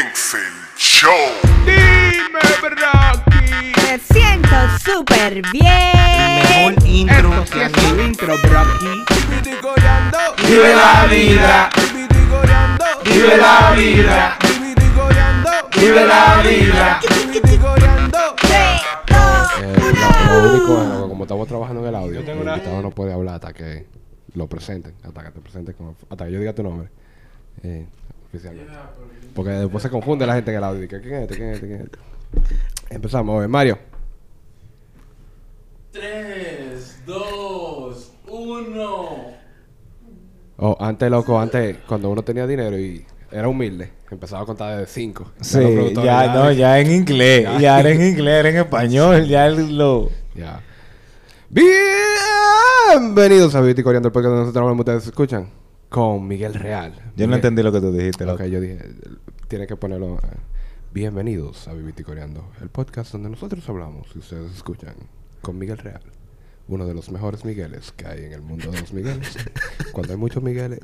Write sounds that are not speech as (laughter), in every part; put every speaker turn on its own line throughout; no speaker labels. Excel Show.
Dime, Brocky.
Me siento súper bien.
Mejor intro
Esto sí
que
es
aquí.
un intro, Brocky.
Vive la vida. Vive la vida. Vive la vida.
Tres, dos,
Eh,
uno.
lo, lo único es, como estamos trabajando en el audio, el invitado no puede hablar hasta que lo presenten, hasta que te presenten, como- hasta que yo diga tu nombre. eh, oficialmente. Porque después se confunde la gente en el audio. y que, ¿Quién es este? ¿Quién es este? ¿Quién es este? Empezamos, eh, Mario.
3, 2, 1.
Oh, antes, loco, antes, cuando uno tenía dinero y era humilde, empezaba a contar desde 5.
Sí, ya, no, ya en inglés, ya, era en inglés, era en español, ya el- lo...
Ya. Bienvenidos a Beauty Coreando, el podcast donde nosotros hablamos, ustedes escuchan con Miguel Real.
Yo no
Miguel-
entendí lo que tú dijiste,
Ok,
loco.
yo dije, tiene que ponerlo. eh, Bienvenidos a Vivir Coreando, el podcast donde nosotros hablamos y ustedes escuchan con Miguel Real, uno de los mejores Migueles que hay en el mundo de
(laughs)
los Migueles. Cuando hay muchos Migueles,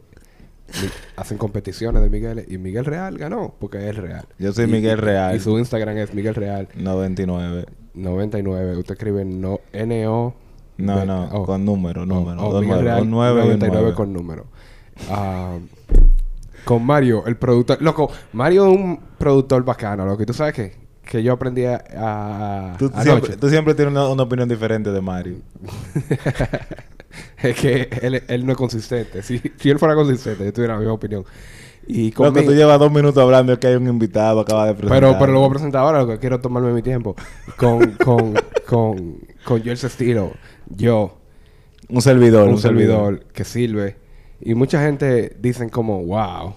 mi- hacen competiciones de Migueles y Miguel Real ganó porque es real.
Yo soy
Y-
Miguel Real.
Y su Instagram es Miguel Real
99.
99. Usted escribe no, N-O.
No,
Ve-
no,
oh.
con número, número.
Oh, oh,
dos
Miguel
nueve,
Real,
un nueve y un
99
nueve.
con número. Ah, con Mario, el productor. Loco, Mario es un productor bacano, loco. ¿Y tú sabes qué? Que yo aprendí a... a-
Tú,
anoche.
siempre, tú siempre tienes una, una opinión diferente de Mario.
(laughs) es que él, él no es consistente. Si, si él fuera consistente, yo tuviera la misma opinión. Y
Loco,
conmigo-
tú llevas dos minutos hablando, es que hay un invitado, acaba de presentar.
Pero, pero lo voy a presentar ahora, lo que quiero tomarme mi tiempo. Con, con, con, con George Estilo. Yo,
Un servidor,
un servidor que sirve. Y mucha gente dicen como, wow,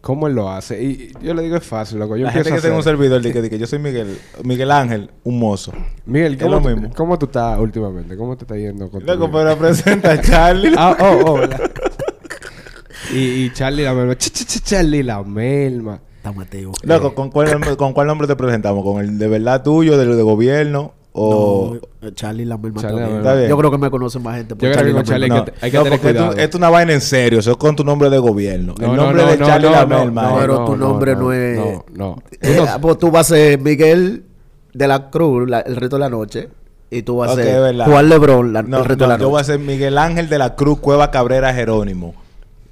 ¿cómo él lo hace? Y y yo le digo, es fácil, loco. Yo
La gente
empiezo a
que tenga un
hacer-
servidor, di que, di que yo soy Miguel, Miguel Ángel, un mozo.
Miguel,
es
¿cómo,
lo
tú-
mismo.
¿cómo tú estás últimamente? ¿Cómo te está yendo con tu
Loco,
vida?
pero presenta a Charlie.
Ah, oh, oh, la- (laughs) y, y Charlie la merma. Ch, ch, ch, Charlie la merma.
Está Mateo.
Loco, ¿con cuál, nombre- ¿con cuál nombre te presentamos? ¿Con el de verdad tuyo, del de gobierno? O...
No, eh, Charlie la merma
Charlie
también.
Lamberma.
Yo creo que me conocen más gente. por
Yo creo que con
Lamberma.
Charlie hay que, hay que
No,
tener
porque esto-
cuidado.
Esto es una vaina en serio. Eso es con tu nombre de gobierno.
No,
el
no,
nombre
no,
de
no,
Charlie
no,
la
no,
merma,
no,
eh.
Pero tu nombre no es-
No, no.
Eh, ah, pues tú vas a ser Miguel de la Cruz la- el resto de la noche. Y tú vas a
Ok,
ser
es verdad.
Juan Lebrón la-
No,
el resto
no,
de la noche.
yo voy a ser Miguel Ángel de la Cruz Cueva Cabrera Jerónimo.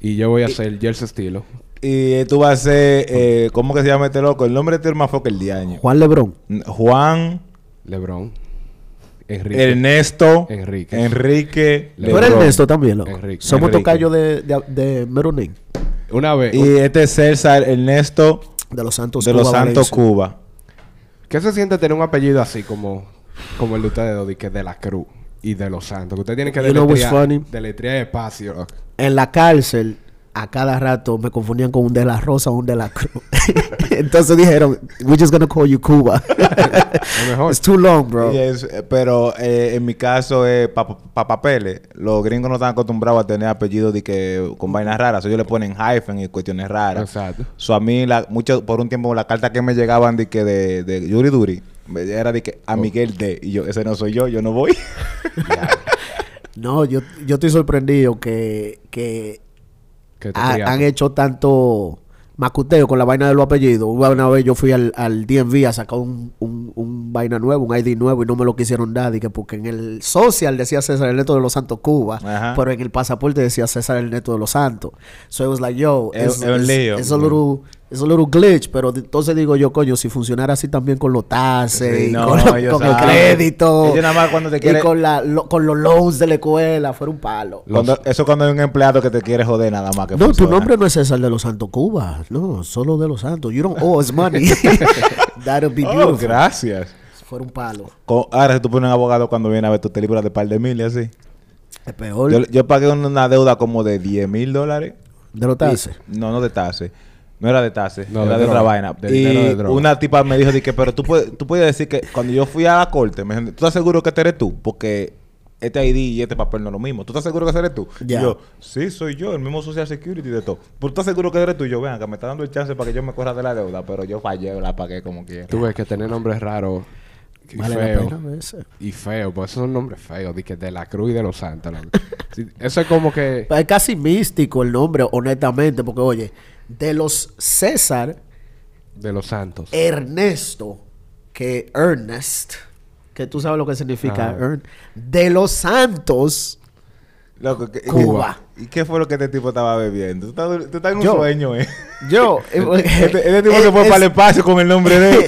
Y yo voy a hacer Jersey estilo.
Y eh, tú vas a ser... eh, ¿Cómo que se llama este loco? El nombre de tu hermano fue que el diaño.
Juan Lebrón.
Juan
Lebron. Enrique.
Ernesto
Enríquez.
Enrique
Tú
Tú eres
Lebrón.
Ernesto también, loco.
Enrique.
Somos
Enrique.
tocayos de, de, de Meronín,
Una vez.
Y este es César Ernesto
De los Santos
de los
Cuba
Santos
Valencia.
Cuba.
¿Qué se siente tener un apellido así como, como el de ustedes dos, de que de la Cruz y de los Santos? Que ustedes tienen que
You know what's
deletrear,
funny?
deletrear espacio. loco.
En la cárcel, a cada rato me confundían con un de la Rosa o un de la Cruz. (laughs) Entonces dijeron, we're just gonna call you
(laughs)
Cuba.
Lo mejor.
It's too long, bro.
Y es- eh, pero eh, en mi caso es papapeles. Los gringos no están acostumbrados a tener apellidos de que con vainas raras. Ellos le ponen hyphen y cuestiones raras.
Exacto.
So, a mí, la, mucho, por un tiempo, la carta que me llegaban de que de, de Yuri Duri era de
Oh.
que a Miguel D. Y yo, ese no soy yo, yo no voy.
No, yo, yo estoy sorprendido que, que
Que te
ha-
criaron.
Ah, han hecho tanto macuteo con la vaina de los apellidos. Hubo Una vez yo fui al, al DMV a sacar un, un- un vaina nuevo, un ID nuevo, y no me lo quisieron dar. y que porque en el social decía César el Neto de los Santos Cuba,
Ajá.
pero en el pasaporte decía César el Neto de los Santos. So it was like, yo,
Es- es un lío.
it's a little... it's a little glitch, pero di- entonces digo yo, coño, si funcionara así también con los tases
Sí,
y
no,
con, lo-
ellos
con el
saben.
crédito
Ellos nada más cuando te
y
quieren-
con, la, lo- con los loans de la escuela, fuera un palo.
(laughs) Cuando- eso cuando hay un empleado que te quiere joder nada más. Que
No, tu
funciona.
nombre no es César de los Santos Cuba. No, solo de los Santos. You don't owe us money.
(laughs)
(laughs) That'll be
Oh,
beautiful.
gracias.
Fuera un palo.
Co- ahora, si tú pones un abogado cuando viene a ver, tú te libras de par de mil y así.
Es peor.
Yo, yo pagué una deuda como de 10 mil dólares.
de los tases.
Y- No, no de tase. No era de tase,
No,
era
de
de, otra
droga.
vaina.
De
y
dinero de droga.
una tipa me dijo, que, pero tú puedes, tú puedes decir que cuando yo fui a la corte, me dijeron, ¿tú estás seguro que este eres tú? Porque este ID y este papel no es lo mismo. ¿Tú estás seguro que ese eres tú?
Ya.
Y yo, sí, soy yo, el mismo Social Security de todo. ¿Pero tú estás seguro que eres tú? Y yo, vean, que me está dando el chance para que yo me corra de la deuda, pero yo fallé, la pagué como quiera.
Tú ves que tener nombres raros y
Vale
feos.
la pena ese.
Y feo, por eso son nombres feos. De, que de la Cruz y de los
(laughs)
Santos. loco. Sí, eso es como que...
Es casi místico el nombre, honestamente, porque oye, de los César
de los santos.
Ernesto, que Ernest, que tú sabes lo que significa
Ah.
Ern- de los Santos.
Loco, ¿qué-
Cuba.
¿Y qué fue lo que este tipo estaba bebiendo? Tú estás, tú estás en un
Yo.
sueño, ¿eh? (laughs)
Yo,
Este, este tipo se
(laughs)
fue para el espacio con el nombre de él.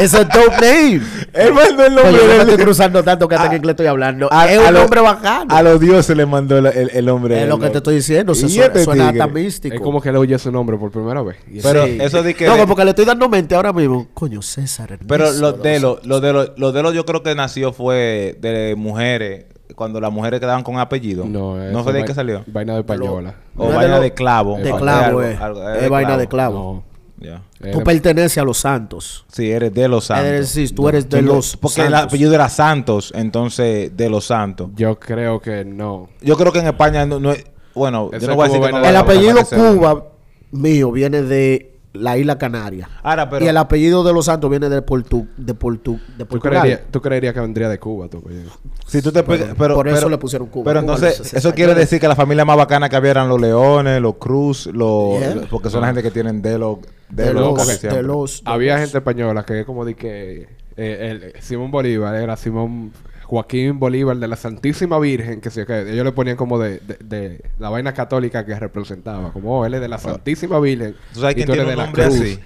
Es un dope name.
(laughs) él mandó el
Pero
nombre
yo no me
de él.
estoy cruzando tanto que hasta
A-
en inglés estoy hablando.
a-
es
a
un
lo-
hombre bacano.
A los dioses le mandó el, el, el nombre de
Ah, es lo
él,
que te
loco.
estoy diciendo. Se
¿Y
suena,
este
suena
tigre?
hasta místico.
Es como que le oye su nombre por primera vez. Y
Pero
Sí.
eso de que.
No,
de-
porque le estoy dando mente ahora mismo. Coño, César. Ernesto,
Pero los
no
delos, los delos, los delos yo creo que nació fue de mujeres, cuando las mujeres quedaban con apellido. No,
eso
fue de ahí
va-
que salió.
Vaina de española.
No
O
es de
vaina
lo-
de clavo.
De
Algo-
clavo,
algo-
eh.
algo-
Es vaina de clavo.
No.
Ya.
Eh,
Tú perteneces a los santos.
Sí, eres de los santos.
Es decir, tú eres de
Yo-
los
Porque el
santos.
apellido era Santos, entonces de los santos.
yo creo que no.
Yo creo que en España no, no es... Bueno,
Eso
yo no
es
voy a
como
decir que no lo
vaina
El
Bueno,
hago,
apellido
porque parece-
Cuba mío viene de la isla Canaria.
Ahora, pero...
y el apellido de los santos viene de, Portu, de, Portu, de
¿Tú
Portugal.
creerías, tú creerías que vendría de Cuba, tú. pues? coño?
Si tú te pegas- pero,
por eso
pero-
le pusieron Cuba.
Pero
Cuba
entonces,
los
eso
españoles.
quiere decir que la familia más bacana que había eran los Leones, los Cruz, los...
Yeah.
los- Porque son
Ah.
la gente que tienen de los...
De,
casi
los,
siempre.
de los. de
Había
los-
gente española que es como de que eh, el- Simón Bolívar era Simón Joaquín Bolívar de la Santísima Virgen, que sé yo qué. ellos le ponían como de, de- de la vaina católica que representaba, como "Oh, él es
Ah.
de la Santísima Virgen.
¿Tú sabes
y
quién
tú
tiene
eres
un
de la
nombre
cruz".
así?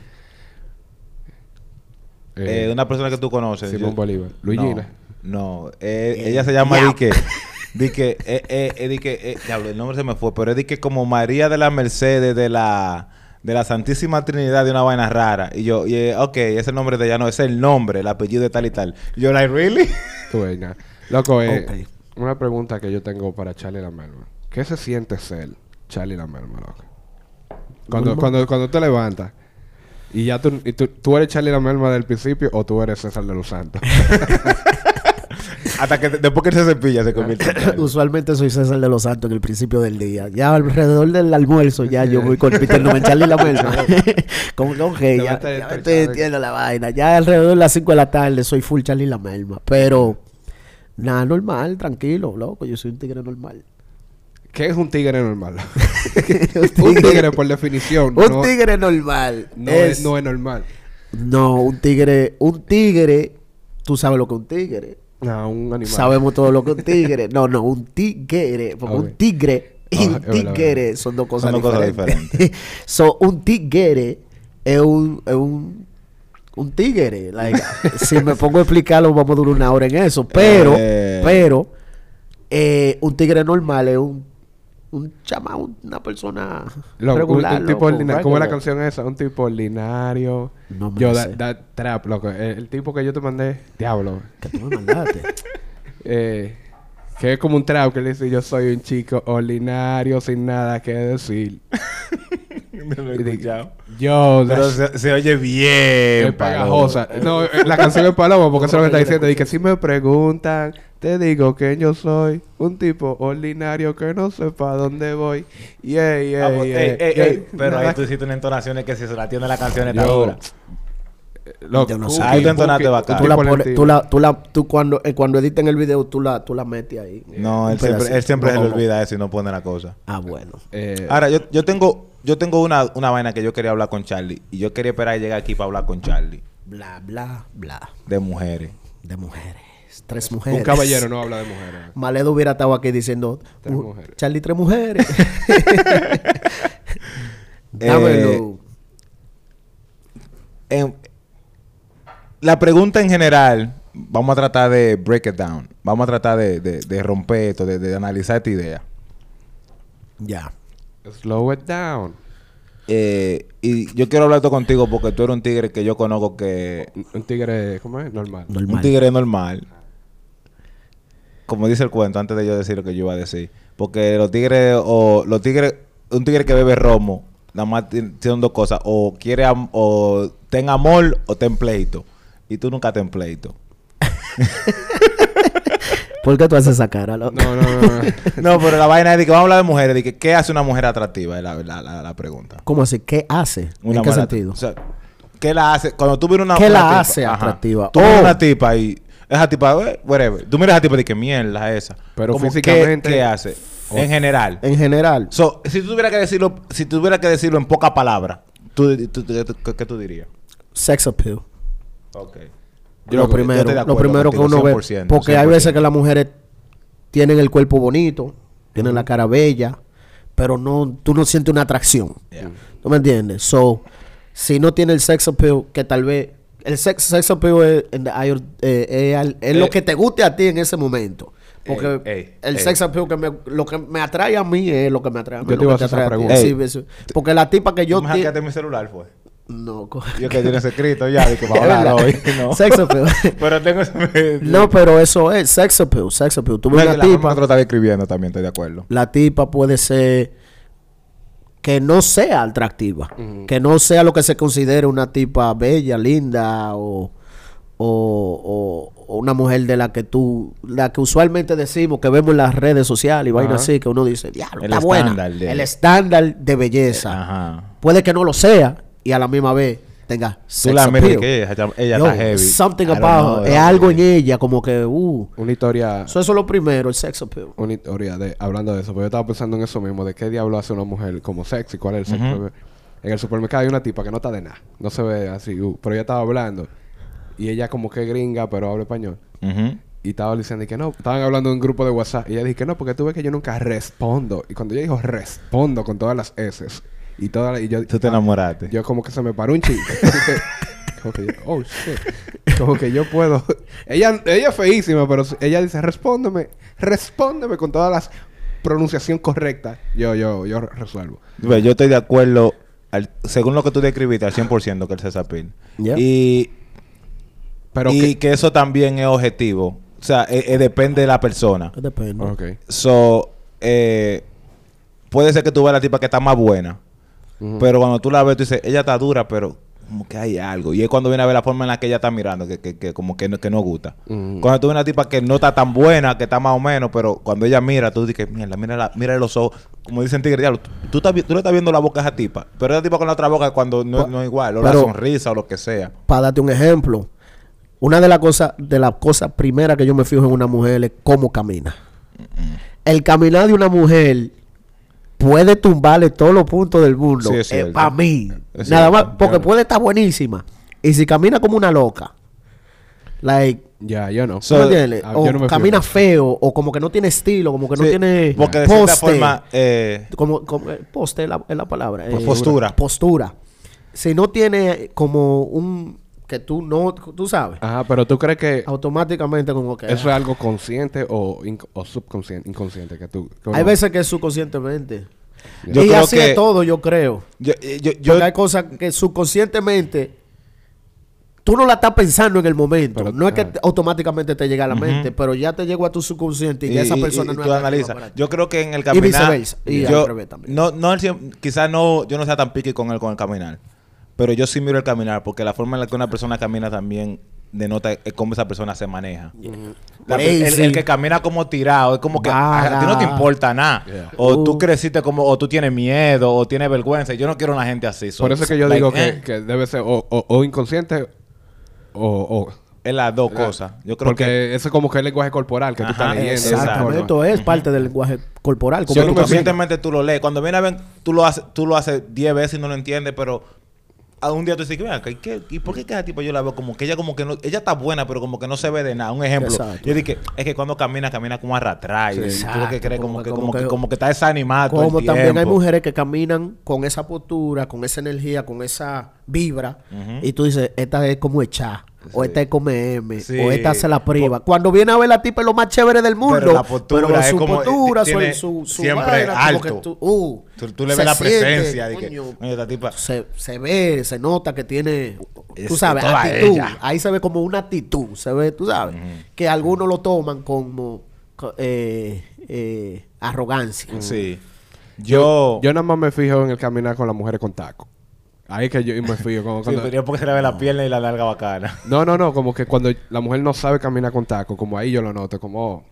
Eh,
Eh, una persona que tú conoces.
Simón
Yo-
Bolívar. Luigina.
No, no, eh, ella se llama
(laughs)
Dique. Dique, eh, eh, eh, Dique, eh, diablo, el nombre se me fue, pero es Dique como María de la Mercedes de la de la Santísima Trinidad de una vaina rara. Y yo, y, eh, ok, ese nombre de ella no, ese es el nombre, el apellido de tal y tal. Y yo, like, really? (laughs)
Tu vaina. Loco, eh,
Ok.
una pregunta que yo tengo para Charlie la Merma. ¿Qué se siente ser Charlie la Merma, loco? Cuando, cuando, cuando te levantas y ya tú, y tú, tú eres Charlie la Merma del principio o tú eres César de los Santos.
(laughs)
Hasta que después que él se cepilla se convierte (coughs) en
(coughs)
tal.
Usualmente soy César de los Santos en el principio del día. Ya alrededor del almuerzo, ya yo voy con Peter Novencharle y la vuelta. (laughs) Como que, ok, ya,
Levanta
ya
esto,
estoy
Charlie.
entiendo la vaina. Ya alrededor de las 5 de la tarde soy full Charlie la merma. Pero, nada, normal, tranquilo, loco. Yo soy un tigre normal.
¿Qué es un
(laughs)
tigre normal? (laughs)
un
un tigre, por definición,
Un
no,
tigre normal.
no
es,
es, no es normal.
no, un tigre. Un tigre. Tú sabes lo que es un tigre.
No, un animal.
Sabemos todo lo que es un tigre. No, no, un tigre. Porque
Ok.
un tigre y
Ah, es
un
verdad, es
tigre
verdad.
son dos cosas
dos cosas
diferentes. (laughs) so, un tigre es un. Es un un tigre,
(laughs)
like, si me pongo a explicarlo vamos a durar una hora en eso, pero,
Eh.
pero, eh, un tigre normal es un, un chama, una persona
Loco, un-
regular,
un tipo
loco,
ordinario. ¿Cómo es la
regular.
canción esa? Un tipo ordinario.
No me la
yo, da,
sé.
da- trap, loco. El, el tipo que yo te mandé, diablo.
(laughs) Que tú me
(laughs)
mandaste.
Eh, que es como un trap que le dice: Yo soy un chico ordinario sin nada que decir.
No lo he escuchado.
Yo,
Pero
es
se, se oye bien.
pegajosa. No, eh, la canción es paloma porque eso es lo que está diciendo. Y que si me preguntan, te digo que yo soy un tipo ordinario que no sé para dónde voy. Yeah, yeah,
Ah, pues,
yeah,
ey, ey,
yeah.
ey, pero ahí
Nada.
tú hiciste una entonación que si se la tiene la canción está
Yo- eh,
dura.
Loco,
Yo no sé.
Cookie,
Ahí tú entonaste
Cookie,
bacán.
tú la
Cookie
pones,
Valentino.
tú la, tú la, tú cuando, eh, cuando editen el video, tú la, tú la metes ahí.
No,
Un
él siempre,
pedacito.
él siempre
No,
se le
no.
olvida eso y no pone la cosa.
Ah, bueno.
Eh,
Ahora, yo, yo tengo, yo tengo una, una vaina que yo quería hablar con Charlie. Y yo quería esperar a llegar aquí para hablar con Charlie.
Bla, bla, bla.
De mujeres.
De mujeres. Tres mujeres.
un caballero no habla de mujeres.
Maledo hubiera estado aquí diciendo,
Tres
"Uh,
mujeres".
Charlie, tres
(laughs)
mujeres.
Eh,
Dámelo.
En- la pregunta en general, vamos a tratar de break it down. Vamos a tratar de, de- de romper esto, de, de analizar esta idea.
Ya.
Slow it down.
Eh, y yo quiero hablar esto contigo porque tú eres un tigre que yo conozco que
Un- Un tigre, ¿cómo es? Normal.
Normal.
Un tigre normal. Como dice el cuento, antes de yo decir lo que yo iba a decir. Porque los tigres, o los tigres, un tigre que bebe romo, nada más ti- tiene dos cosas. O quiere, am- o ten amor o ten pleito. Y tú nunca ten pleito.
¿Por qué tú haces esa cara? loco?
No, no, no. no.
(laughs) No, pero la vaina es de que vamos a hablar de mujeres. De que, ¿qué hace una mujer atractiva? Es la, la- la- la pregunta.
¿Cómo así? ¿Qué hace?
Una
¿En qué
mujer
sentido?
atr- o sea, ¿Qué la hace? Cuando tú miras una
¿Qué
una
la
tipa-
hace
ajá.
atractiva?
Tú miras
Oh.
una tipa y... Esa tipa, eh, whatever. Tú miras a esa tipa y dices, mierda esa.
Pero
Como, ¿qué-
físicamente- Oh.
¿Qué, hace? En general.
en general.
So, si tú tuvieras que decirlo, si tuviera que decirlo en pocas palabras, tú, tú- tú- tú- ¿qué, qué tú dirías?
sex appeal.
Ok. Yo
Lo
estoy- yo
primero,
estoy de
lo
acuerdo
primero que
contigo,
uno ve.
100%,
Porque hay
100%.
veces que las mujeres tienen el cuerpo bonito, tienen la cara bella, pero no, tú no sientes una atracción.
Yeah.
¿Tú me entiendes? So, si no tiene el sex appeal, que tal vez. El sex, sex appeal es, en the eye of- eh, eh, al- es lo
Eh.
que te guste a ti en ese momento. Porque
Ey, ey,
el
ey.
sex appeal que me, lo que me atrae a mí es lo que me atrae a mí.
Yo
lo
te iba
que
a hacer
atrae
esa
ti.
pregunta.
Sí,
Ey.
ves- porque la tipa que yo.
Yo me
ti-
hackeaste mi celular, fue.
No,
(laughs)
co-
Yo que tienes escrito ya, de que
(laughs)
para hablar hoy. No.
Sex
(laughs)
appeal.
Pero tengo ese...
no, pero eso es sex appeal, sex appeal. Tú
No,
ves
es
una
que la forma
tipa.
que tú lo estás describiendo también, estoy de acuerdo.
la tipa puede ser que no sea atractiva, que no sea lo que se considere una tipa bella, linda o, o- o- o una mujer de la que tú, la que usualmente decimos que vemos en las redes sociales y vainas
Ajá.
así, que uno dice, diablo,
El
está buena.
estándar de- Eh,
El estándar de belleza.
Ajá.
Puede que no lo sea y a la misma vez tenga
Tú
sex
la miras y
appeal.
que ella, ella
Yo,
está heavy.
Something
I don't
about
know,
her. Es
bro.
algo en ella como que, uh. (laughs)
Una historia.
So, eso es lo primero, el sex appeal.
una historia de hablando de eso, pero yo estaba pensando en eso mismo, de qué diablo hace una mujer como sexy, cuál es el sexo.
Ujú.
En el supermercado hay una tipa que no está de nada, no se ve así, uh, pero ella estaba hablando y ella como que gringa, pero habla español.
Ujú.
Y estaba diciendo y que no, estaban hablando de un grupo de WhatsApp y ella dije que no, porque tú ves que yo nunca respondo. Y cuando ella dijo respondo con todas las S y todas las- y yo,
Tú te enamoraste.
yo como que se me paró un chico. como que yo, oh shit. Como que yo puedo. ella, ella es feísima, pero si- ella dice, respóndeme, respóndeme con todas las pronunciación correcta. Yo, yo, yo resuelvo.
Ve, Yo estoy de acuerdo, al- según lo que tú describiste, al 100% que el César Pil.
Yeah.
Y,
Pero
y que...
que-
eso también es objetivo. O sea, eh, eh, depende de la persona.
Depende.
Ok.
So, eh, puede ser que tú veas la tipa que está más buena.
Ujú.
Pero cuando tú la ves, tú dices, ella está dura, pero como que hay algo. Y es cuando viene a ver la forma en la que ella está mirando, que, que- que como que no, que no gusta.
Ujú.
Cuando tú ves una tipa que no está tan buena, que está más o menos, pero cuando ella mira, tú dices, mierda, mira, la- mira los ojos. Como dicen tigre, diablo, tú, tú estás vi- tú le estás viendo la boca a esa tipa. Pero esa tipa con la otra boca cuando no,
Pa-
no es igual, o la
Pues, pero-
sonrisa o lo que sea.
para darte un ejemplo, una de las cosas de las cosas primeras que yo me fijo en una mujer es cómo camina. El caminar de una mujer puede tumbarle todos los puntos del mundo.
Sí, es cierto.
para mí.
Es
Nada
cierto,
más, porque
claro.
puede estar buenísima. Y si camina como una loca, like,
Ya, yo no.
¿tú me entiendes?
Ah,
o
yo no me
camina
fijo.
feo, o como que no tiene estilo, como que no
Sí,
tiene
Porque de cierta forma... eh,
como, como eh, poste es la, es la palabra. eh,
Pues Postura.
Postura. Si no tiene como un que tú no, tú sabes,
Ah.
Ajá, pero tú crees que
automáticamente como que
eso es algo consciente o, inc- o subconsciente, inconsciente que tú. que
hay
uno-
veces que es subconscientemente.
Yo
y
creo
así
que-
es todo, yo creo.
yo, eh, yo- yo-
Porque hay cosas que subconscientemente tú no la estás pensando en el momento.
Pero-
no es que
ah.
ajá.
te- automáticamente te llega a la mente, pero ya te llegó a tu subconsciente y, ya esa persona
y
no
tú
es atractiva
analizas.
para ti.
Yo creo que en el caminar.
viceversa, y al
yo,
revés también.
No, no, al cien- quizás no, yo no sea tan piqui con el, con el caminar. Pero yo sí miro el caminar, porque la forma en la que una persona camina también denota eh, cómo esa persona se maneja. La pe- el,
Crazy.
el que camina como tirado, es como que "Ah, a, a ti no te
Vara.
importa nada.
Yeah.
O tú
Uh.
creciste como, o tú tienes miedo, o tienes vergüenza. Yo no quiero una gente así. So-
Por eso es que yo
like,
digo
eh,
que, que debe ser o, o- o inconsciente o- o
Es las dos cosas. Yo creo
Porque
que.
eso es como que el lenguaje corporal que
Ajá,
tú estás leyendo. de esa
Exactamente,
forma.
esto es parte del lenguaje corporal. como
Yo no
tú
me siento-
caminas.
Conscientemente tú lo lees. Cuando viene a ver, tú lo haces, tú lo haces 10 veces y no lo entiendes, pero a un día tú dices, "Ven acá, ¿y, qué- y por qué que esa tipo yo la veo como que ella como que no, ella está buena, pero como que no se ve de nada? Un ejemplo.
Exacto.
Yo dije, es que cuando camina, camina como arrastrada. y tú lo que
Exacto,
crees como,
como
que,
que-
como, que,
como
como que está desanimada todo el
Como también hay
tiempo.
mujeres que caminan con esa postura, con esa energía, con esa vibra. Y tú dices, esta es como echar. O esta es como M.
Sí.
O esta se la priva. Cuando viene a ver la tipa es lo más chévere del mundo.
Pero
Pero,
la postura es
su
como- eh,
postura, su,
tiene
su, su
siempre
como
alto.
tú, uh,
Tú, tú le
se
ves la
siente,
presencia. de que,
coño,
"Coño, esta tipa.
se, se ve, se nota que tiene,
Es
tú sabes,
toda
actitud.
ella.
Ahí se ve como una actitud, se ve, tú sabes, que algunos lo toman como co- eh, eh, arrogancia.
Sí. Yo.
Yo nada más me fijo en el caminar con las mujeres con taco. Ahí es que yo me fijo.
(laughs)
Como
sí,
cuando-
pero yo porque se le ve la pierna y la larga bacana. (laughs)
No, no, no. Como que cuando la mujer no sabe caminar con taco, como ahí yo lo noto, como oh,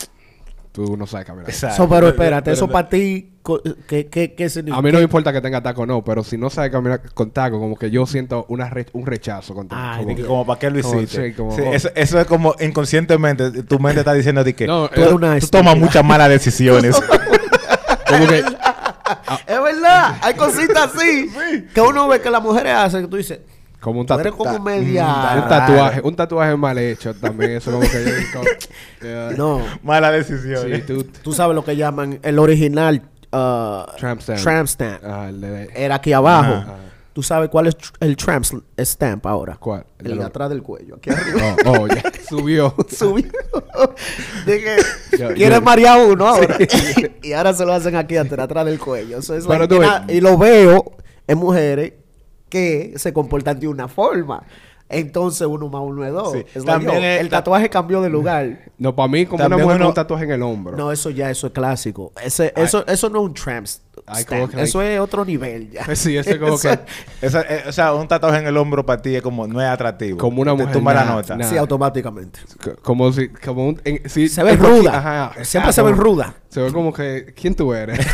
tú no sabes caminar.
Exacto.
So, pero espérate,
Pero-
eso para ti, co- ¿qué, qué, qué significa?
A mí no me importa que tenga taco o no, pero si no sabe caminar con taco, como que yo siento una re- un rechazo con taco.
Ay,
como
De
que-
que como para qué lo
Como,
hiciste.
sí, como,
Sí,
oh.
eso, eso es como inconscientemente tu mente está diciendo de que
No,
tú,
eh,
tú
una
tomas
estúpida.
muchas malas (laughs) decisiones.
(laughs) como que-
(laughs) Es verdad, hay cositas así que uno ve que las mujeres hacen que tú dices,
Como un
Tú eres como
tatuaje. Un
media.
tatuaje, un tatuaje mal hecho también. Eso como que yo digo,
(laughs)
yeah.
No.
Mala decisión.
Sí,
¿eh?
tú.
Tú sabes lo que llaman el original ah,
Tramp stamp.
tramp stamp. Eh,
Ah, el de-
Era aquí abajo.
Ajá.
Tú sabes cuál es tr- el tramp sl- stamp ahora.
¿Cuál?
El
Ya
de
lo-
atrás del cuello. Aquí arriba.
Oh, oh, ya (laughs) subió. (laughs)
Subió. Dije,
Yo-
quieres
yo-
marear uno ahora. (laughs) y ahora se lo hacen aquí atrás, atrás del cuello. Eso es la
Pero tú
esquina-
ves-
y lo veo en mujeres que se comportan de una forma. Entonces uno más uno es dos.
Sí.
Es la
También
yo.
es-
el tatuaje cambió de lugar.
No, para mí, como
También
una mujer
uno-
con un tatuaje en el hombro.
No, eso ya, eso es clásico. Ese, eso, eso no es un tramp
Ay,
stamp.
como que-
Eso es otro nivel ya.
(laughs) Sí, eso es como que-
Esa- eh, o sea, un tatuaje en el hombro para ti es como no es atractivo.
Como una
Te
mujer,
tumba la
nah,
nota.
nah.
Sí, automáticamente.
C- Como si, como un, en- si-
Se ve
en cualquier-
ruda. Siempre se ve
como-
ruda.
Se ve como que, ¿quién
(laughs)
tú eres?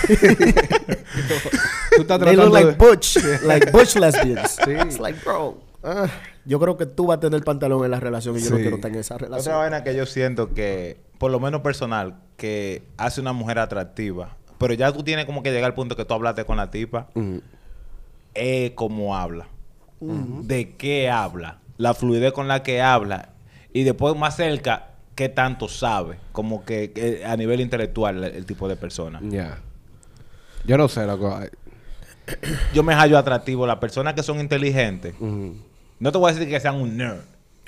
tú estás
They look
tratando
like
de-
(laughs)
butch, like butch lesbians.
Sí.
It's like, bro. ah, yo creo que tú vas a tener pantalón en la relación y yo no
Sí.
quiero estar en esa
Otra
relación.
vaina que yo siento que, por lo menos personal, que hace una mujer atractiva, pero ya tú tienes como que llegar al punto que tú hablaste con la tipa,
Mm.
es cómo habla, de qué habla, la fluidez con la que habla, y después más cerca, qué tanto sabe, como que, que a nivel intelectual el, el tipo de persona.
Ya. Yo no sé, loco. Ay,
Yo me hallo atractivo, las personas que son inteligentes,
mm.
no te voy a decir que sean un nerd,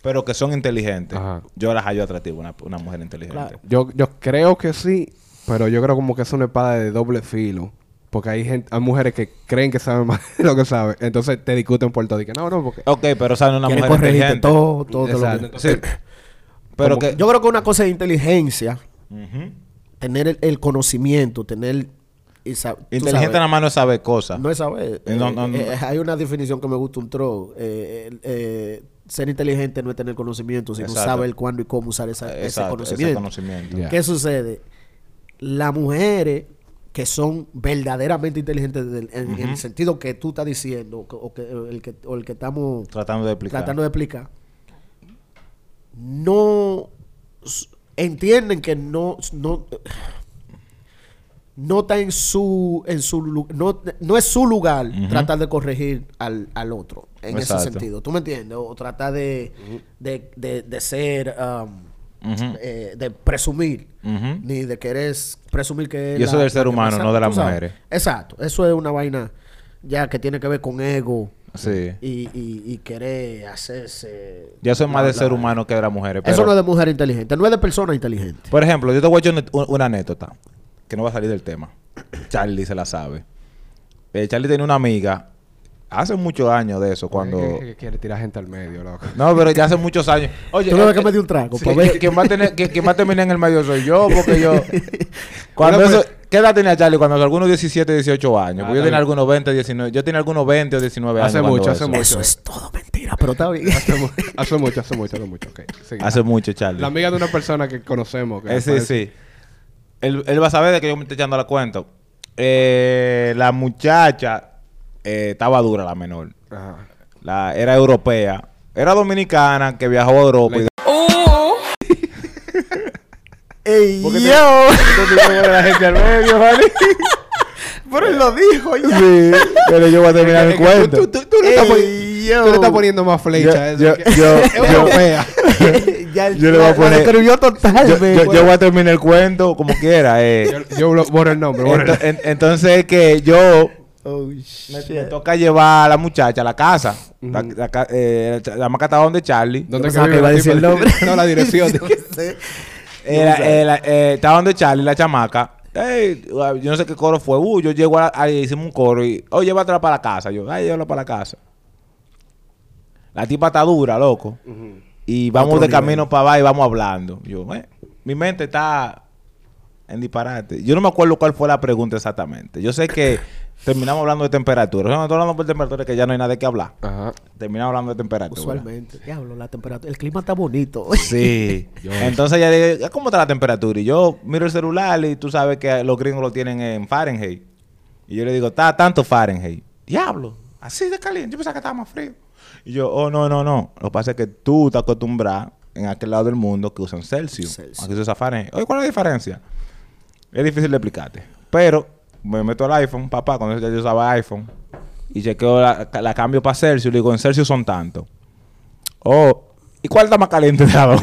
pero que son inteligentes,
Ajá.
yo las hallo atractivo, una, una mujer inteligente.
Claro.
Yo, yo creo que sí, pero yo creo como que es una espada de doble filo. Porque hay gente, hay mujeres que creen que saben más (laughs) de lo que saben. Entonces te discuten por todo. Y que no, no, porque.
Ok, pero sale una
Quieren
mujer
corregirte
inteligente.
todo, todo, todo lo
Exacto.
que-
Sí. Pero
Como
que...
que- Yo creo que una cosa es inteligencia,
Ujú.
tener el, el conocimiento, tener... y sa- tú
Inteligente nada
sabes.
más no sabe cosas.
No es saber.
Eh, no,
Eh,
no, no.
eh, hay una definición que me gusta un tro. eh, eh, eh, ser inteligente no es tener conocimiento, sino
Exacto.
saber cuándo y cómo usar esa- ese
Exacto,
conocimiento.
conocimiento.
Ya.
¿Qué sucede? Las mujeres que son verdaderamente inteligentes del- en, en el sentido que tú estás diciendo o, que- o que, el que, o el que estamos
Tratando de explicar.
tratando de explicar, no s- entienden que no no no está en su en su lu- no, no es su lugar tratar de corregir al, al otro en ese
Exacto.
sentido tú me entiendes o tratar de de, de- de ser um,
Ujú.
eh, de presumir
Ujú.
ni de querer presumir que es
Y eso
la-
del ser
la que
humano,
más-
no de las
tú sabes.
mujeres.
exacto eso es una vaina ya que tiene que ver con ego
Sí.
y, y, y querer hacerse.
Ya soy más
bla,
de
bla,
ser
bla.
humano que de las mujeres.
Eso
pero-
no es de mujer inteligente, no es de persona inteligente.
Por ejemplo, yo te voy a echar una- una, anécdota que no va a salir del tema. Charlie se la sabe. Eh, Charlie tenía una amiga hace muchos años de eso, cuando...
Que, que quiere tirar gente al medio, loco.
No, pero ya hace muchos años. Oye,
Tú no ves
eh,
que me di un trago,
sí,
pa' ver.
Quien va a tener- que- quien va a terminar en el medio soy yo, porque
(laughs)
yo. Cuando
Bueno,
eso,
pues-
¿Qué edad tenía Charlie? Cuando algunos 17, 18 años. Porque yo
Ah, está
tenía
bien.
algunos 20, 19. Yo tenía algunos 20 o 19
Hace
años. cuando
mucho, hace
eso.
mucho.
Eso es todo mentira, pero está bien.
Hace, mu- hace mucho, hace mucho, hace mucho. Ok, sigue.
Hace mucho, Charlie.
La amiga de una persona que conocemos. Que
Eh, sí, sí. Él, él va a saber de que yo me estoy echando la cuenta. Eh, la muchacha eh, estaba dura, la menor.
Ajá.
La, era europea. Era dominicana que viajó a Europa.
La-
y- (laughs)
¡Ey,
¿Por qué
(laughs)
te-
yo!
Entonces, ¿cómo era la gente al medio, Jali?
Pero él lo dijo ya.
(laughs) Sí, pero yo voy a terminar
Es
el
que
cuento.
Tú, tú- tú le estás
Ey,
poni-
yo.
tú le estás poniendo más
Yo-
flecha.
yo- yo- yo-
europea.
(laughs) ya el-
Yo le voy
la-
a
la
poner-
describió total,
yo,
ve,
yo-
güey.
yo voy a terminar el cuento como quiera. eh.
Yo, yo lo- borro el nombre. borro el
Ento- en- entonces que yo
Oh,
me,
shit.
me toca llevar a la muchacha a la casa. La, la ca- eh, la- la marca estaba donde Charlie.
¿Dónde
pensaba que
vive
iba a
la
decir
tipa?
el nombre.
(laughs) No,
(laughs)
la dirección.
Yo qué sé.
Era- era- eh, estaba donde Charlie, la chamaca. Ey, yo no sé qué coro fue. Uh, yo llego a la- ahí, hicimos un coro y, oye, llévatela para la casa. Yo, ay, llévala para la casa. La tipa está dura, loco. Y vamos
Otro
de
nivel.
camino para abajo y vamos hablando. Yo, eh, mi mente está en disparate. Yo no me acuerdo cuál fue la pregunta exactamente. Yo sé que terminamos hablando de temperatura. O sea, no estamos hablando de temperatura que ya no hay nada que hablar.
Ajá.
Terminamos hablando de temperatura.
Usualmente. Diablo, la temperatura. El clima está bonito.
Sí. Entonces ella dice, ¿cómo está la temperatura? Y yo miro el celular y tú sabes que los gringos lo tienen en Fahrenheit. Y yo le digo, está a tanto Fahrenheit. Diablo, así de caliente. Yo pensaba que estaba más frío. Y yo, oh, no, no, no. Lo que pasa es que tú estás acostumbrado en aquel lado del mundo que usan Celsius.
Celsius.
Aquí se usa Fahrenheit. Oye, ¿cuál es la diferencia? Es difícil de explicarte. Pero me meto al iPhone, papá, cuando ya yo usaba iPhone. y chequeo la, la cambio para Celsius. Le digo, en Celsius son tanto. Oh, ¿y cuál está más caliente de las dos?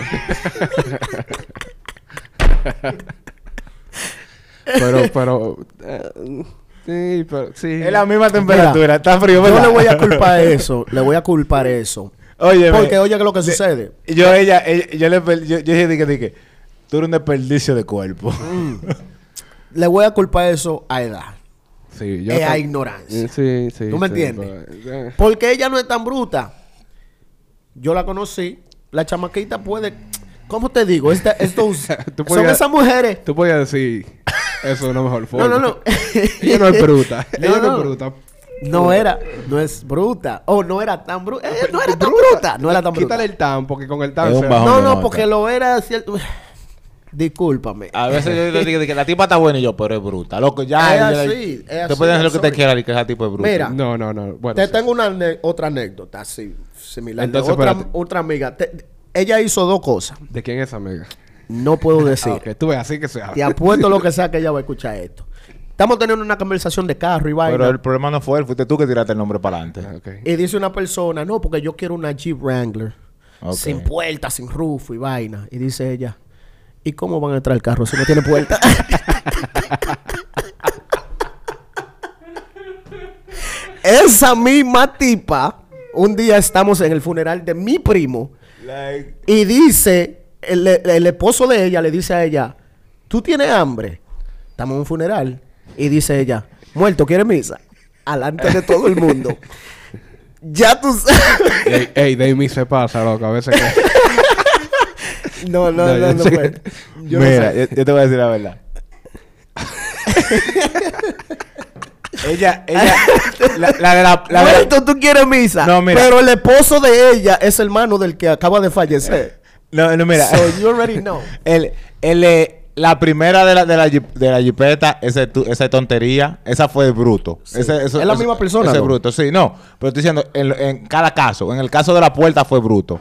Pero, pero. eh, sí, pero. Sí.
(laughs)
(laughs)
es la misma temperatura, está frío,
Yo
¿verdad?
le voy a
(laughs)
culpar eso. Le voy a culpar eso.
Oye,
Porque oye que lo que sucede.
Yo, ella, ella- yo le per- yo, yo dije, dije, dije, tú eres un desperdicio de cuerpo.
Le voy a culpar eso a edad.
Sí,
es
tam-
a ignorancia.
Sí, sí.
¿Tú me
sí,
entiendes?
pero, eh,
Porque ella no es tan bruta. Yo la conocí. La chamaquita puede. ¿Cómo te digo? Esta, estos,
(laughs) Tú
son
podías-
esas mujeres.
Tú podías decir eso de una mejor
(laughs)
forma.
No, no, no. (laughs)
Ella no es bruta.
No,
Ella no,
no.
es bruta.
No era, no es bruta. O no era tan bruta. Eh, no era tan bruta. No era tan bruta.
Quítale el tan, porque con el tan.
Es un
se-
bajón.
No,
No,
no,
no,
porque
está.
lo era cierto. Discúlpame.
(laughs)
Ah,
A veces yo le digo, dije, la tipa está buena y yo, pero es bruta. Loco,
Es
ya. ya-
así, es así,
Te puedes hacer lo que te
sorry.
quieras y que esa tipo es bruta.
Mira.
No, no, no. Bueno,
Te
sí.
tengo una ane- otra anécdota así, similar. de
Entonces,
otra,
espérate.
otra amiga. Te- ella hizo dos cosas.
¿De quién es esa amiga?
No puedo decir.
Ah, ok. Tú ves así que se habla.
Te apuesto lo que sea que ella va a escuchar esto. Estamos teniendo una conversación de carro y vaina.
Pero el problema no fue él, fuiste tú que tiraste el nombre para adelante.
Ah, ok.
Y dice una persona, no, porque yo quiero una Jeep Wrangler.
Ok.
Sin puerta, sin rufo y vaina. Y dice ella, ¿y cómo van a entrar el carro si no tiene puerta? (laughs) Esa misma tipa, un día estamos en el funeral de mi primo y dice, el, el esposo de ella le dice a ella, ¿tú tienes hambre? Estamos en un funeral. Y dice ella, muerto, ¿quieres misa? Alante de todo el
(laughs)
mundo. Ya tú sabes.
Ey, ey, de mí se pasa, loco. A veces
(laughs)
que...
No, (laughs) no, no,
No, yo
no,
sé.
puede. Yo no
Mira,
sé.
eh,
yo, yo te voy a decir la verdad. (laughs) ella, ella, la, la de la, la de la-
Muerto, tú quieres misa.
No, mira.
Pero el esposo de ella es hermano del que acaba de fallecer.
no, no, mira.
So you already know.
El, el, eh, la primera de la, de la, jeep- de la jipeta, ese tu- esa tontería, esa fue bruto. Ese- eso-
Es la
eso-
misma persona,
Ese
¿no?
bruto, sí, no. Pero estoy diciendo, en, lo- en cada caso, en el caso de la puerta fue bruto.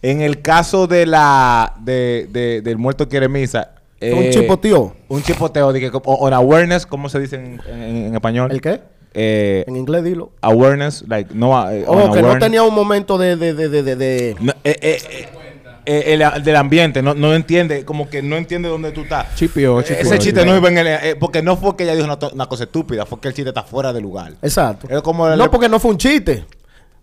En el caso de la de, de- del muerto quiere misa.
un
eh,
chipotío.
Un chipoteo, dije, como- o- on awareness, ¿cómo se dice en, en- en español?
¿El qué?
Eh,
En inglés dilo.
awareness, like, no, eh, on
Oh, que no
awareness.
tenía un momento de, de, de, de, de- de-
No, eh, eh, eh, eh, el, el del ambiente, no, no entiende, como que no entiende dónde tú estás.
Chipio, chipio.
Ese chiste no iba en el. eh, porque no fue que ella dijo una, to- una cosa estúpida, fue que el chiste está fuera de lugar.
Exacto.
Es como el-
no, porque no fue un chiste.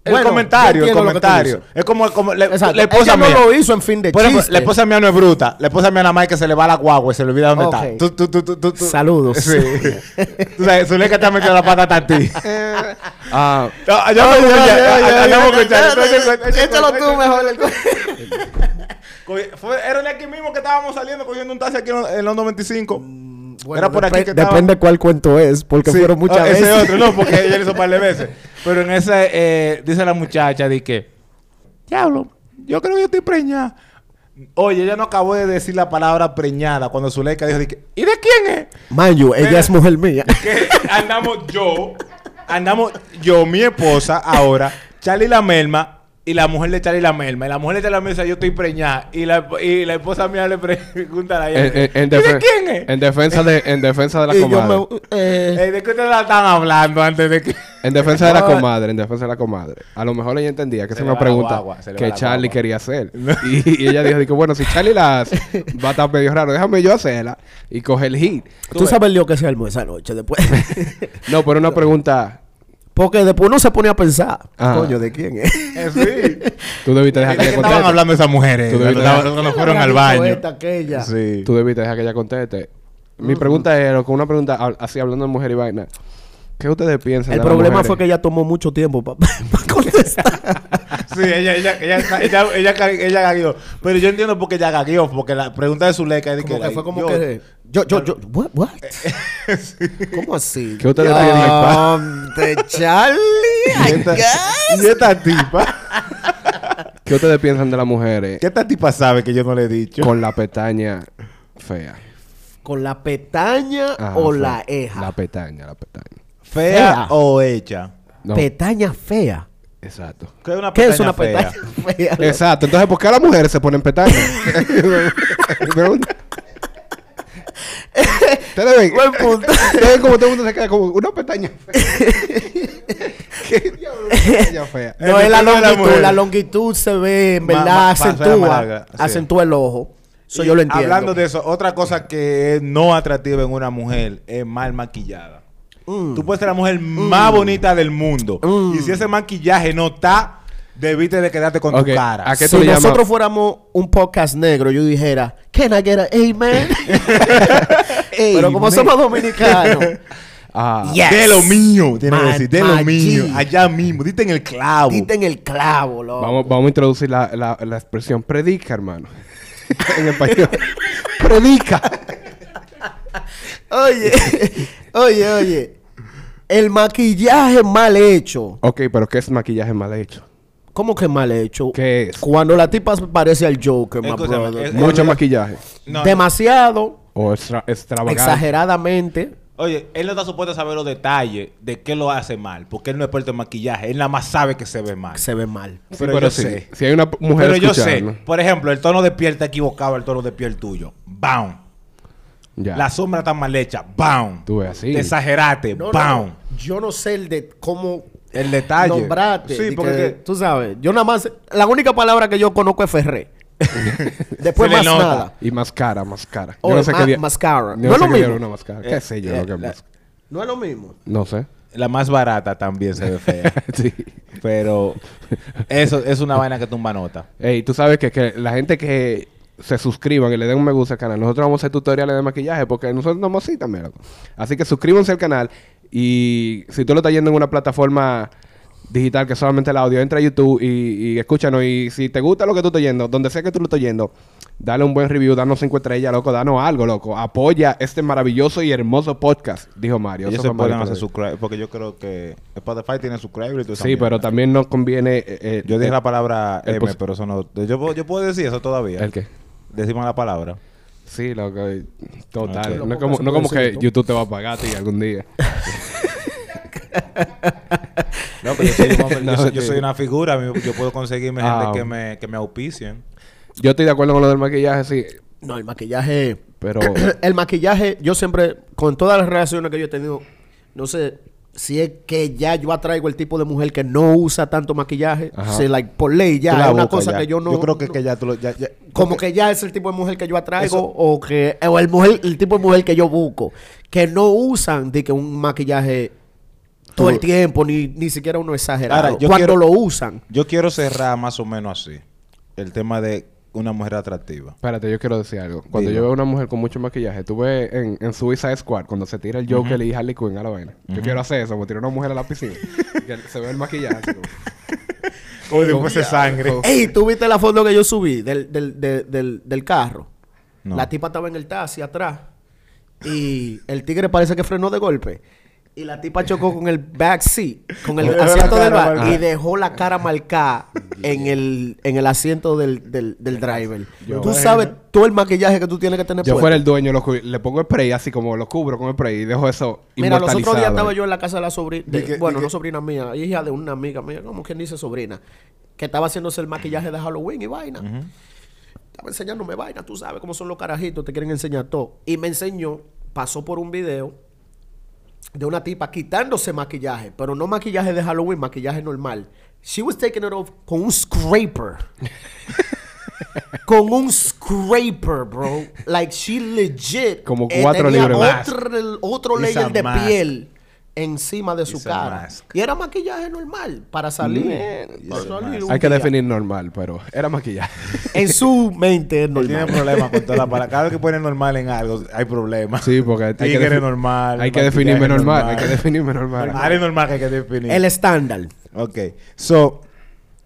El
Bueno,
comentario,
yo
el
entiendo lo que tú
comentario.
dices.
Es como, como la,
Exacto.
la esposa
Ella
mía.
no lo hizo en fin de
Por ejemplo,
chiste.
la esposa mía no es bruta. La esposa mía nada más es que se le va la guagua y se le olvida dónde
Ok.
está. Tú, tú, tú, tú, tú, tú.
Saludos. (laughs)
Sí. tú sabes, Zuleika te ha metido la pata a ti.
Ah,
No, ya vamos a escuchar, ya- ya vamos a escuchar. Entonces,
Échalo tú mejor.
Cogi- Fue, era de aquí mismo que estábamos saliendo cogiendo un taxi aquí en, en los 95. era por aquí que estaba.
Depende cuál cuento es, porque
Sí,
Mm, fueron muchas
oh,
veces.
Ese otro, no, porque ella lo hizo un par de veces. Pero en esa, eh, dice la muchacha, de que, diablo, yo creo que yo estoy preñada. Oye, ella no acabó de decir la palabra preñada cuando Zuleika dijo, de que, ¿y de quién es?
(laughs) Mayu, ella
Mira.
es mujer mía.
(laughs) que andamos yo, andamos yo, mi esposa, ahora, Charlie la Melma y la mujer de Charlie la Melma. Y la mujer de Charlie la Melma dice, yo estoy preñada. Y la, y la esposa mía le (laughs) pregunta a
Eh,
ella,
en, en- en
"¿Y de
defen-
quién es?
En defensa de, en defensa de la
Y yo
comadre.
me- eh,
Eh, ¿De qué ustedes la están hablando antes
(laughs)
de que...?
En defensa de la
Ah.
No.
comadre, en defensa de la comadre. A lo mejor ella entendía que
Se
se
le
me
va la
pregunta
guagua, se le va
que
la
Charlie
guagua. (laughs)
quería hacer. y, y ella dijo, dijo, bueno, si Charlie la hace, va a estar medio raro. Déjame yo hacerla y coger el hit.
Tú sabes el lío que se armó esa noche después. (laughs)
No, pero una pregunta.
Porque después uno se pone a pensar,
Ah.
Ajá.
coño, ¿de quién es?
(laughs)
Tú debiste dejar que
¿De qué
ella
estaban
conteste.
hablando esas mujeres?
Ah, Tú
Cuando
debiste-
estaban- cuando fueron al baño.
Esta, aquella.
Sí.
Tú debiste dejar que ella conteste. Mi pregunta es, loco, una pregunta hab- así hablando de mujer y vaina. ¿Qué ustedes piensan
El
de las
problema
mujeres?
fue que ella tomó mucho tiempo (laughs) para
(laughs)
contestar.
Sí, ella, ella, ella, ella, ella, ella, gagueó. Pero yo entiendo por qué ella gagueó. Porque la pregunta de Zuleika es de
como que
like,
fue como
yo-
que... Yo, yo, yo... What? what? ¿Cómo así?
¿Qué ustedes
Ya,
tienen
de Charlie,
(laughs)
I
¿Y esta-
guess.
y esta tipa?
¿Qué ustedes piensan de las mujeres
¿Qué esta tipa sabe que yo no le he dicho?
con la pestaña fea?
¿Con la pestaña
Ah,
Ajá,
o
fue-
la eja?
La pestaña, la pestaña.
¿Fea
Fea.
o hecha?
No,
Pestaña fea.
exacto.
¿Qué es una
¿Qué
pestaña
es una
fea?
pestaña (laughs) fea?
Exacto. Entonces, ¿por qué las mujeres se ponen pestañas? (laughs) Mi pregunta. Ustedes ven.
Buen punto. (laughs)
Ustedes ven como todo el mundo se queda como una pestaña. Ya fea.
No,
El
es la
pelo de la
longitud.
mujer.
La longitud se ve, en
Ma-
verdad,
ma- pasa de
acentúa.
amarga, sí.
Acentúa el ojo. Eso
Y
yo lo entiendo.
Hablando de eso, otra cosa que es no atractiva en una mujer es mal maquillada. Tú puedes ser la mujer más bonita del mundo. Y si ese maquillaje no está, debiste de quedarte con
Ok,
tu cara.
¿a qué
si
tú le llamas?
nosotros fuéramos un podcast negro, yo dijera, Can I get a
(laughs)
amen? Pero como
Amen.
somos dominicanos,
(laughs)
Ah,
yes.
De lo mío, tiene que
Ma-
decir, de lo
machi.
mío. Allá mismo, diste en el clavo.
diste en el clavo, loco.
vamos, vamos a introducir la, la, la expresión predica, hermano. (laughs) en español. predica.
Oye, (laughs) oye, oye. El maquillaje mal hecho.
Ok, pero ¿qué es maquillaje mal hecho?
¿Cómo que mal hecho?
¿Qué es?
Cuando la tipa parece al Joker, my
Escúchame,
brother.
es-
Mucho
Eh,
maquillaje.
No,
Demasiado,
O extra, extravagante.
exageradamente.
Oye, él no está supuesto a saber los detalles de qué lo hace mal, porque él no es experto en maquillaje, él nada más sabe que se ve mal.
Se ve mal.
Sí,
pero
pero,
yo
sí.
sé.
Si hay una p- mujer
Pero yo sé,
escuchando,
por ejemplo, el tono de piel está equivocado, el tono de piel tuyo. ¡Bam!
Ya.
La sombra está mal hecha. ¡Bam!
Tú ves así.
Te exageraste.
No, no,
¡Bam!
no. Yo no sé el de cómo
El detalle.
nombrarte.
Sí,
di
porque-
que- tú sabes, yo nada más la única palabra que yo conozco es Ferré. Después
Se le
más
nota.
nada.
Y mascara, mascara.
Oh, ma-
di-
mascara.
yo
No
no
es
sé
lo
qué
mismo.
di- una mascara. ¿Qué
Eh,
sé yo
eh,
lo que es
la-
mas-
No es lo mismo.
No sé.
La más barata también se ve (laughs) fea.
(laughs) sí.
pero eso es una vaina que tumba nota.
Ey, tú sabes que, que la gente que se suscriban y le den un me gusta al canal, nosotros vamos a hacer tutoriales de maquillaje porque nosotros no así también. loco. Así que suscríbanse al canal y si tú lo estás yendo en una plataforma digital que solamente el audio, entra a YouTube y, y escúchanos. Y si te gusta lo que tú estás yendo, donde sea que tú lo estás yendo, dale un buen review, danos cinco estrellas, loco, danos algo, loco. Apoya este maravilloso y hermoso podcast, dijo Mario.
Ellos
Eso
se
fue Mario
pueden hacer
Ferrer.
subscribe, porque yo creo que Spotify tiene subscribe y todo
Sí, pero también nos conviene... eh, eh,
Yo dije la palabra
el
M,
pos-
pero eso no... Yo, puedo- yo puedo decir eso todavía.
¿El qué?
Decimos la palabra.
Sí, loco. eh, Total.
Ok.
No es como, no como que YouTube te va a pagar a ti algún día.
No, pero yo soy, (laughs)
(laughs)
un hombre- yo
No,
soy- yo
sí.
soy una figura. a mí- Yo puedo conseguirme
Ah,
gente que
ok.
me, que me auspicien.
Yo estoy de acuerdo con lo del maquillaje, sí.
No, el maquillaje.
Pero
el maquillaje, yo siempre, con todas las relaciones que yo he tenido, no sé si es que ya yo atraigo el tipo de mujer que no usa tanto maquillaje.
Ajá.
Se, like, por ley ya
Tú la
es una
buscas
cosa
ya.
(coughs) que yo no.
Yo creo que,
no-
que ya tú lo... ya- ya-
como que ya es el tipo de mujer que yo atraigo
Eso-
o que o el mujer el tipo de mujer que yo busco que no usan de que un maquillaje todo el tiempo ni, ni siquiera uno exagerado
Ahora, yo
cuando
quiero-
lo usan
Yo quiero cerrar más o menos así. El tema de una mujer atractiva.
espérate, yo quiero decir algo. Cuando
Dilo.
yo veo a una mujer con mucho maquillaje, tú ves en, en Suicide Squad cuando se tira el Joker y Harley Quinn a la vaina. Yo quiero hacer eso, me tiro una mujer a la piscina. que se ve el maquillaje. así como-
Uy, después de sangre.
ey tú viste la foto que yo subí del, del, de- del- del carro
No.
la tipa estaba en el taxi atrás y el tigre parece que frenó de golpe y la tipa chocó con el back seat, con el
Dejó la
asiento del
cara
back,
marcada.
y dejó la cara marcada en el, en el asiento del, del, del driver.
Yo-
tú sabes todo el maquillaje que tú tienes que tener
Yo
puesto.
fuera el dueño, lo cu- le pongo spray así como lo cubro con spray y dejo eso
Mira, los otros días
inmortalizado.
estaba yo en la casa de la sobrina.
Di que-
bueno,
di que-
no sobrina mía, hija de una amiga mía, como quien dice sobrina, que estaba haciéndose el maquillaje de Halloween y vaina. Estaba enseñándome vaina, tú sabes cómo son los carajitos, te quieren enseñar todo. Y me enseñó, pasó por un video de una tipa quitándose maquillaje, pero no maquillaje de Halloween, maquillaje normal. She was taking it off con un
(laughs)
scraper. con un scraper, bro. Like she legit. eh,
Como cuatro
tenía
libras más.
Otro, otro
It's a
layer de
mask.
piel encima de su
It's a
cara.
mask. Mm.
Y era maquillaje normal para salir. para salir un
Hay que
día.
definir normal, pero era maquillaje.
(laughs) En su
(laughs)
mente es
Tiene
normal.
problemas con toda la palabra. Cada vez que pone normal en algo, hay problemas.
Sí, porque hay
Tigre
defi-
normal.
Hay que
maquillaje
definirme normal, hay que definirme normal.
Área normal que hay que definir.
El estándar.
Ok. So,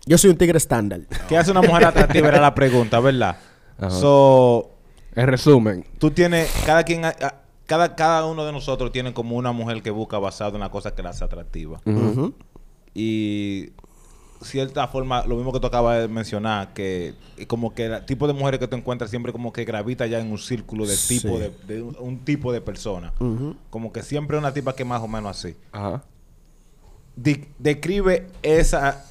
Yo soy un tigre estándar.
¿qué hace una mujer atractiva? Era la pregunta, ¿verdad?
Ajá.
So,
En resumen,
tú tienes... Cada quien... ha- ha- Cada, cada uno de nosotros tiene como una mujer que busca basado en la cosa que la hace atractiva. y cierta forma, lo mismo que tú acabas de mencionar, que como que el tipo de mujeres que tú encuentras siempre como que gravita ya en un círculo de tipo de, de un, un tipo de persona. Como que siempre una tipa que más o menos así.
ajá.
Di- describe esa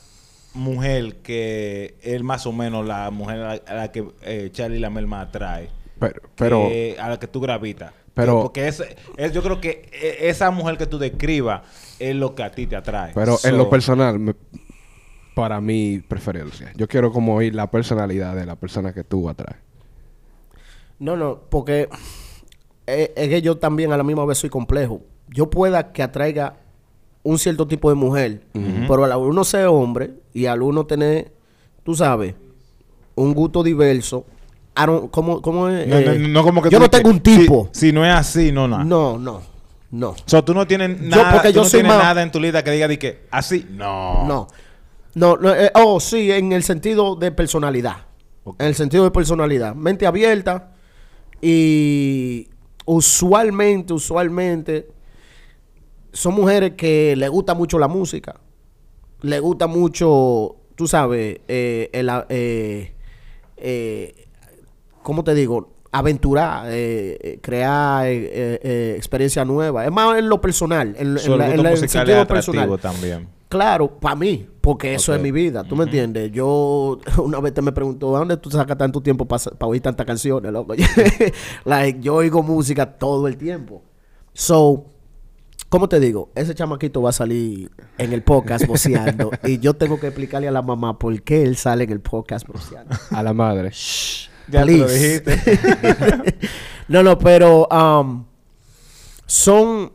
mujer que es más o menos la mujer a la, a la que eh, Charlie Lamel más atrae.
Pero, pero
que- a la que tú gravitas.
Pero-
porque es, es- yo creo que eh, esa mujer que tú describas es lo que a ti te atrae.
Pero
So,
en lo personal, me- para mi preferencia, yo quiero como oír la personalidad de la persona que tú atraes.
No, no, porque es, es que yo también a la misma vez soy complejo. Yo pueda que atraiga un cierto tipo de mujer, pero al uno ser hombre y al uno tener, tú sabes, un gusto diverso, I don't- ¿cómo, cómo es?
No, no,
Eh,
no como que
yo
tú
no
dices,
tengo un tipo.
Si, si no es así, no, no.
No, no, no.
O sea, tú no tienes nada,
porque
tú
yo
no
soy
tienes
más-
nada en tu lista que diga de que así. No.
No. No, no, eh, oh, sí, en el sentido de personalidad. En el sentido de personalidad. Mente abierta y usualmente, usualmente, son mujeres que le gusta mucho la música. Le gusta mucho, tú sabes, eh, el, a- eh, eh, ¿cómo te digo? Aventurar, eh, eh, crear eh, eh, eh, experiencia nueva. Es más en lo personal, en, en
So, el
la- en
gusto
la- en el
musical es
sentido
atractivo
personal.
también.
Claro, para mí, porque eso
Ok.
es mi vida, ¿tú me entiendes? Yo, (laughs) una vez te me preguntó, ¿a dónde tú sacas tanto tiempo para oír tantas canciones, loco? (laughs) like, yo oigo música todo el tiempo. So, ¿cómo te digo? Ese chamaquito va a salir en el podcast
(laughs)
boceando y yo tengo que explicarle a la mamá por qué él sale en el podcast boceando.
A
(laughs)
la madre.
(laughs) Ya te lo
Please.
dijiste.
(laughs) No, no, pero um, son...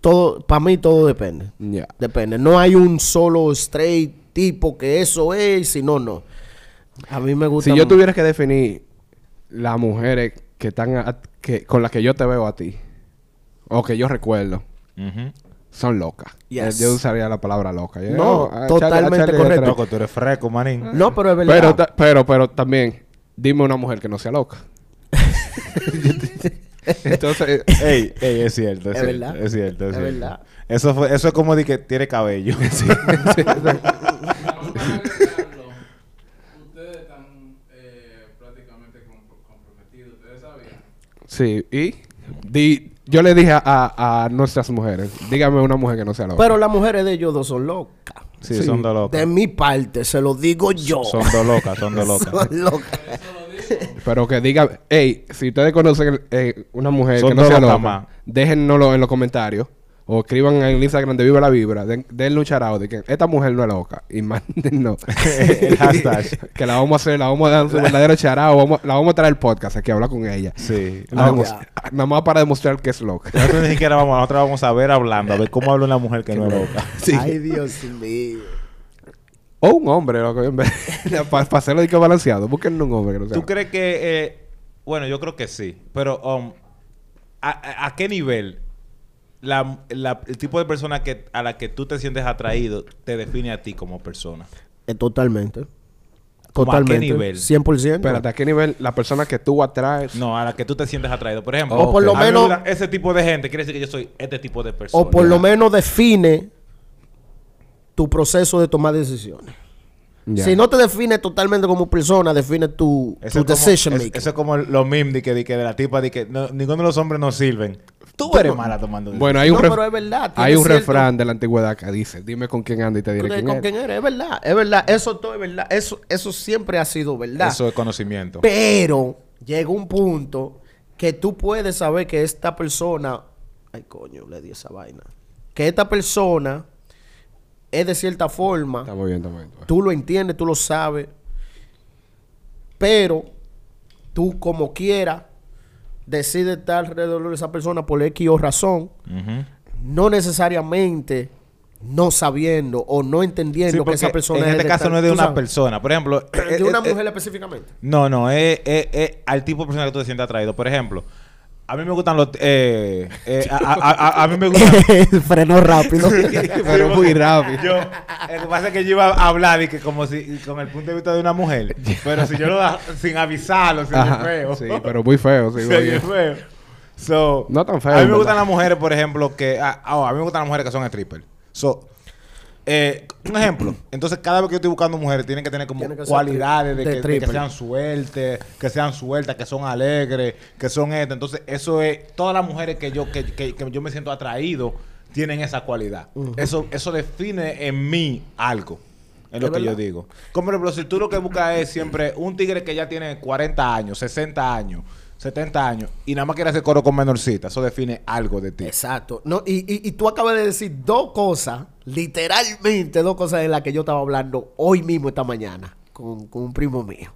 todo Para mí todo depende.
Ya.
Depende. No hay un solo straight tipo que eso es, si no, no. A mí me gusta.
Si yo tuviera que definir las mujeres que están a- que, con las que yo te veo a ti, o que yo recuerdo,
Ujú.
son locas.
Yes.
Eh, Yo usaría la palabra loca. Yo, "Oh, ah,
No,
a a
totalmente
le
correcto.
atrae.
Loco, tú eres fresco, manín.
(laughs) No, pero es verdad.
Pero, ta- pero, pero también, dime una mujer que no sea
(laughs)
loca. Entonces, eh,
Ey, ey, es cierto, es,
Es
cierto,
verdad.
es cierto, es,
Es
cierto.
verdad.
Eso, fue, eso es como de que tiene
(laughs)
cabello. (laughs)
Para formar el ejemplo, ustedes están eh, prácticamente com- comprometidos, ustedes sabían.
sí, y di- yo le dije a, a nuestras mujeres, dígame una mujer que no sea loca.
Pero las mujeres de ellos dos son locas.
Sí,
Sí.
son dos locas.
De mi parte, se lo digo yo.
Son dos locas, son dos locas.
(laughs) Son locas.
Pero que diga, hey, si ustedes conocen eh, una mujer
Son
que no
dos
sea
locas
loca,
más.
déjennoslo en los comentarios. O escriban en el Instagram de Viva la Vibra, den, denle un charao de que esta mujer no es loca. Y (laughs) mándenlo.
El hashtag.
(laughs) que la vamos a hacer, la vamos a dar su verdadero charao, vamos- la vamos a traer al podcast aquí a hablar con ella.
Sí. Oh,
A
No,
demos- a- (laughs) Nada más para demostrar que es loca.
Nosotros ni siquiera vamos, nosotros vamos a ver hablando, a ver cómo habla una mujer que no es loca.
(laughs) Ay, Dios mío.
O un hombre, loco. Para hacerlo (laughs) de que balanceado. Busquen un hombre que no sea
¿Tú
loco.
crees que... eh, bueno, yo creo que sí. Pero, um, ¿a, a- a qué nivel la, la- el tipo de persona que, a la que tú te sientes atraído te define a ti como persona?
Eh, Totalmente.
¿Cómo a qué
Totalmente.
nivel?
100%.
Espérate, ¿a qué nivel la persona que tú atraes?
No, a la que tú te sientes atraído. Por ejemplo,
O por lo
a mí me
menos-
gusta ese tipo de gente quiere decir que yo soy este tipo de persona.
o por lo menos define tu proceso de tomar decisiones.
Ya.
Si no te define totalmente como persona, define tu, tu
Eso es, como,
decision
es-
making.
eso es como lo meme de que, de que de la tipa de que no, ninguno de los hombres nos sirven. Tú eres mala tomando
Bueno, hay un,
No,
ref-
pero es verdad,
hay
tiene
un
cierto-
refrán de la antigüedad que dice, dime con quién anda y te diré
Tú de-
quién
con
eres.
quién eres, es verdad, es verdad, eso todo es verdad, eso, eso siempre ha sido verdad.
eso es conocimiento.
Pero llega un punto que tú puedes saber que esta persona, ay coño, le di esa vaina, que esta persona es de cierta forma,
Está muy bien, está muy bien.
tú lo entiendes, tú lo sabes, pero tú como quiera decides estar alrededor de esa persona por X o razón,
Ujú.
no necesariamente no sabiendo o no entendiendo
Sí,
que
porque
esa persona
en este
de
caso
tal-
no es de
tú
una
sabes.
persona. Por ejemplo, eh,
de una
eh, eh,
mujer
(laughs)
específicamente.
No, no, es, es- es al tipo de persona que tú te sientes atraído. Por ejemplo, a mí me gustan los... eh, eh, a, a- a- a mí
(laughs)
me gustan...
Frenó rápido.
Pero muy rápido.
Yo, eh, lo que pasa es que yo iba a hablar y que como si con el punto de vista de una mujer, pero si yo lo da sin avisarlo, sin
Ajá,
feo.
sí, pero muy feo.
(laughs)
Sí,
Se
muy
oye
bien.
feo. So,
No tan feo,
A mí
en
me
verdad.
gustan las mujeres, por ejemplo, que. ah, ah, a mí me gustan las mujeres que son strippers. So, eh, un
(clears throat)
ejemplo. Entonces, cada vez que yo estoy buscando mujeres, tienen que tener como
Tienen que ser
cualidades
tri-
de,
de
que- de que,
stripper.
sean sueltes, que sean sueltas, que son alegres, que son esto. Entonces, eso es. Todas las mujeres que yo, que, que- que yo me siento atraído tienen esa cualidad. eso, eso define en mí algo. Es lo
Es
que yo
verdad.
digo. Como por ejemplo, si tú lo que buscas es siempre un tigre que ya tiene 40 años, 60 años, 70 años y nada más quiere hacer coro con menorcita. Eso define algo de
(laughs)
ti.
Exacto. No, y, y- y tú acabas de decir dos cosas, literalmente dos cosas de las que yo estaba hablando hoy mismo, esta mañana, con, con un primo mío.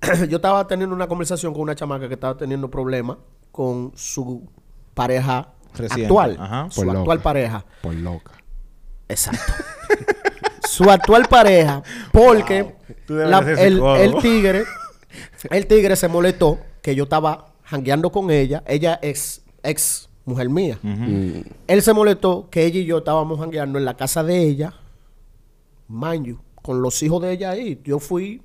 (clears throat) yo estaba teniendo una conversación con una chamaca que estaba teniendo problemas con su pareja
Reciente,
actual.
ajá.
Su
Por
actual
loca.
pareja.
Por loca.
Exacto. (laughs) su actual pareja, porque
Tú debes
la-
de ser
el,
psicólogo.
el tigre, el tigre se molestó que yo estaba jangueando con ella. Ella es ex mujer mía.
Mm.
Él se molestó que ella y yo estábamos jangueando en la casa de ella, mind you, con los hijos de ella ahí. Yo fui,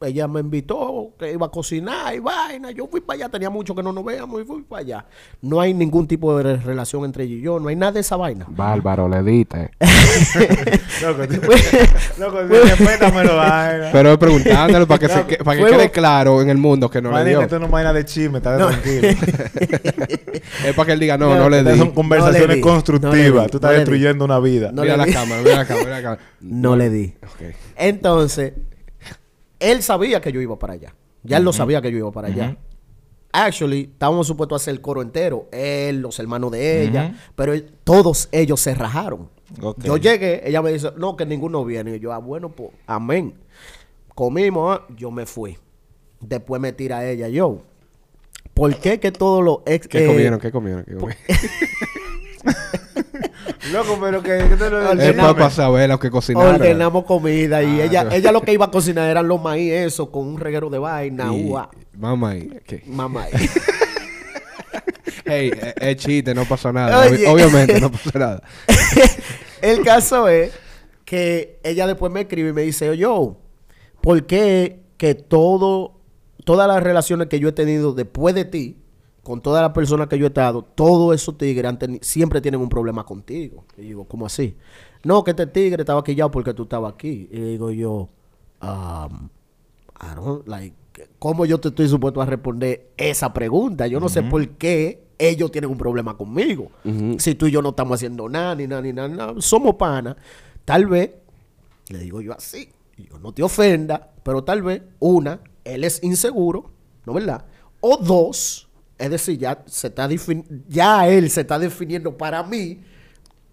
ella me invitó, que iba a cocinar y vaina. Yo fui para allá, tenía mucho que no nos veíamos y fui para allá. No hay ningún tipo de re- relación entre ella y yo, no hay nada de esa vaina.
Bárbaro, le diste.
(laughs) Loco, tú- (laughs) loco, tú- respétamelo, vaina.
Pero preguntándolo
(laughs)
para que, se que- para que
Fuego.
quede claro en el mundo que no le
Manito,
dio.
esto no es vaina de chisme, está (laughs) tranquilo.
Es para que él diga, no, no,
No,
le
Estas
di.
son
No le
conversaciones
di,
constructivas.
no le di,
tú estás
no le di.
destruyendo una vida.
No
mira
le
la
di.
cámara, mira la cámara, mira
(laughs)
la cámara.
No le di.
Ok.
Entonces, él sabía que yo iba para allá. Ya él lo sabía que yo iba para allá. Actually, estábamos supuestos a hacer el coro entero. Él, los hermanos de ella. Pero él- todos ellos se rajaron.
Ok.
Yo llegué, ella me dice, no, que ninguno viene. Y yo, ah, bueno, pues, amén. Comimos, ah, yo me fui. Después me tira ella, yo. ¿Por qué que todos los ex...
¿Qué
eh,
comieron? ¿Qué comieron?
(laughs)
¿Qué comieron?
Loco, pero que, que te lo
Ordename.
Es
Epa,
para,
pa-
saber lo que cocinaron.
eh, Ordenamos comida y
Ah,
ella,
yo-
ella lo que iba a cocinar eran los maíz, eso, con un reguero de vaina,
Y-
uva,
Mamá, y- ¿qué?
mamá.
Hey, es- es chiste, no pasó nada.
Oye.
Obvi- Obviamente, no pasó nada.
(laughs) El caso es que ella después me escribe y me dice, oye, yo, ¿por qué que todo, todas las relaciones que yo he tenido después de ti, con todas las personas que yo he estado, todos esos tigres han teni- siempre tienen un problema contigo? Y digo, ¿cómo así? No, que este tigre estaba quillado porque tú estabas aquí. Y digo yo, "Um, I don't- like, ¿cómo yo te estoy supuesto a responder esa pregunta? Yo no sé por qué ellos tienen un problema conmigo. Si tú y yo no estamos haciendo nada, ni nada, ni nada, nada. somos panas. Tal vez, le digo yo así, yo no te ofenda, pero tal vez, una, él es inseguro, ¿no verdad? O dos, es decir, ya, se está defini- ya él se está definiendo para mí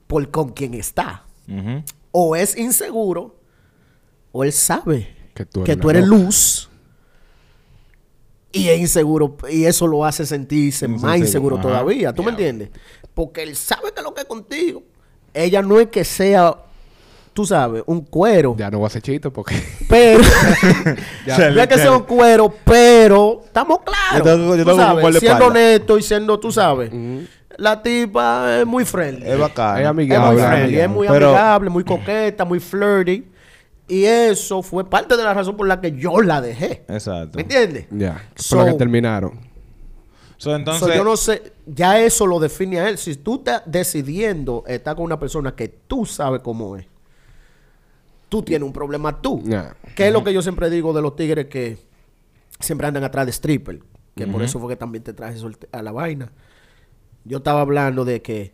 por con quién está.
Ujú.
O es inseguro, o él sabe
Que tú
que
eres
tú
la
eres
roca.
luz y es inseguro y eso lo hace sentirse
Inseguro,
más inseguro
ajá.
todavía tú me entiendes porque él sabe que lo que es contigo ella no es que sea tú sabes un cuero
Ya no voy a hacer chiste porque.
pero
(laughs) Ya.
no es que sea un cuero pero estamos claros
Yo tengo- yo
tú
tengo un
sabes,
gol de
siendo
espalda.
honesto y siendo tú sabes la tipa es muy friendly
Es bacán.
Es amigo.
es muy,
Amigable,
friendly, es muy
Pero-
amigable, muy coqueta, muy flirty. Y eso fue parte de la razón por la que yo la dejé.
Exacto.
¿Me entiendes?
Ya.
So-
por lo que terminaron.
So,
So,
entonces,
yo no sé, ya eso lo define a él. Si tú estás decidiendo estar con una persona que tú sabes cómo es, tú tienes un problema tú.
Ya.
Que es lo que yo siempre digo de los tigres que siempre andan atrás de stripper? Que por eso fue que también te traje eso al te- a la vaina. Yo estaba hablando de que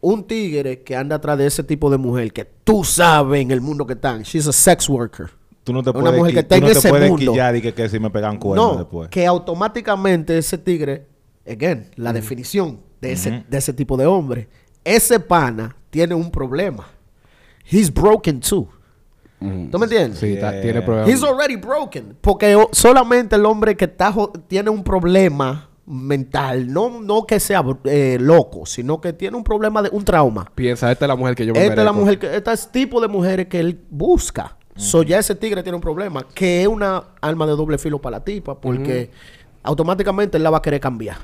un tigre que anda atrás de ese tipo de mujer que tú sabes en el mundo que están, she's a sex worker.
tú no te
una
puedes,
mujer
qui-
que
tú
tenga
no te
ese
puedes
mundo.
quillar y que, que si me pegan cuernos
No,
después.
que automáticamente ese tigre, again, la
Mm.
definición de ese,
Mm-hmm.
de ese tipo de hombre, ese pana tiene un problema. He's broken too. ¿Tú me entiendes?
Sí, ta- tiene problemas.
um,
He's already broken. Porque o- solamente el hombre que está jo- tiene un problema mental, no, no que sea eh, loco, sino que tiene un problema de un trauma.
Piensa, esta es la mujer que yo me
Esta es la
merezco.
mujer, que, este es tipo de mujeres que él busca. So ya ese tigre tiene un problema, que es una alma de doble filo para la tipa, porque automáticamente él la va a querer cambiar.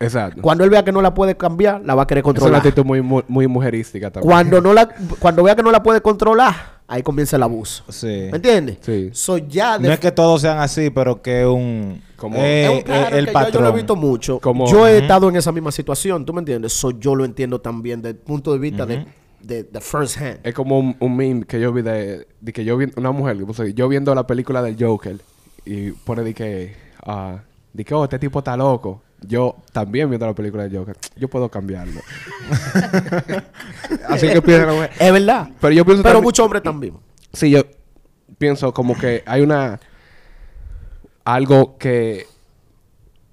Exacto.
Cuando él vea que no la puede cambiar, la va a querer
Esa es una
controlar.
actitud muy, mu- muy mujerística también.
Cuando no la, cuando vea que no la puede controlar, ahí comienza el abuso.
Sí.
¿Me entiendes?
Sí.
So ya
No es que todos sean así, pero que un...
Como-
eh,
es un
eh,
pattern
el
que ya
patrón.
yo lo he visto mucho.
Como-
yo he estado en esa misma situación, ¿tú me entiendes? So yo lo entiendo también desde el punto de vista de, de, de first hand.
Es como un, un meme que yo vi de, de que yo vi una mujer, que puso, yo viendo la película del Joker y pone de que, ah, de que, oh, este tipo está loco. Yo también viendo la película del Joker, yo
(laughs)
puedo cambiarlo. Así que piensa la mujer.
Es verdad.
Pero yo pienso
Pero
también-
muchos hombres
(laughs)
también.
Sí, yo pienso como que hay una algo que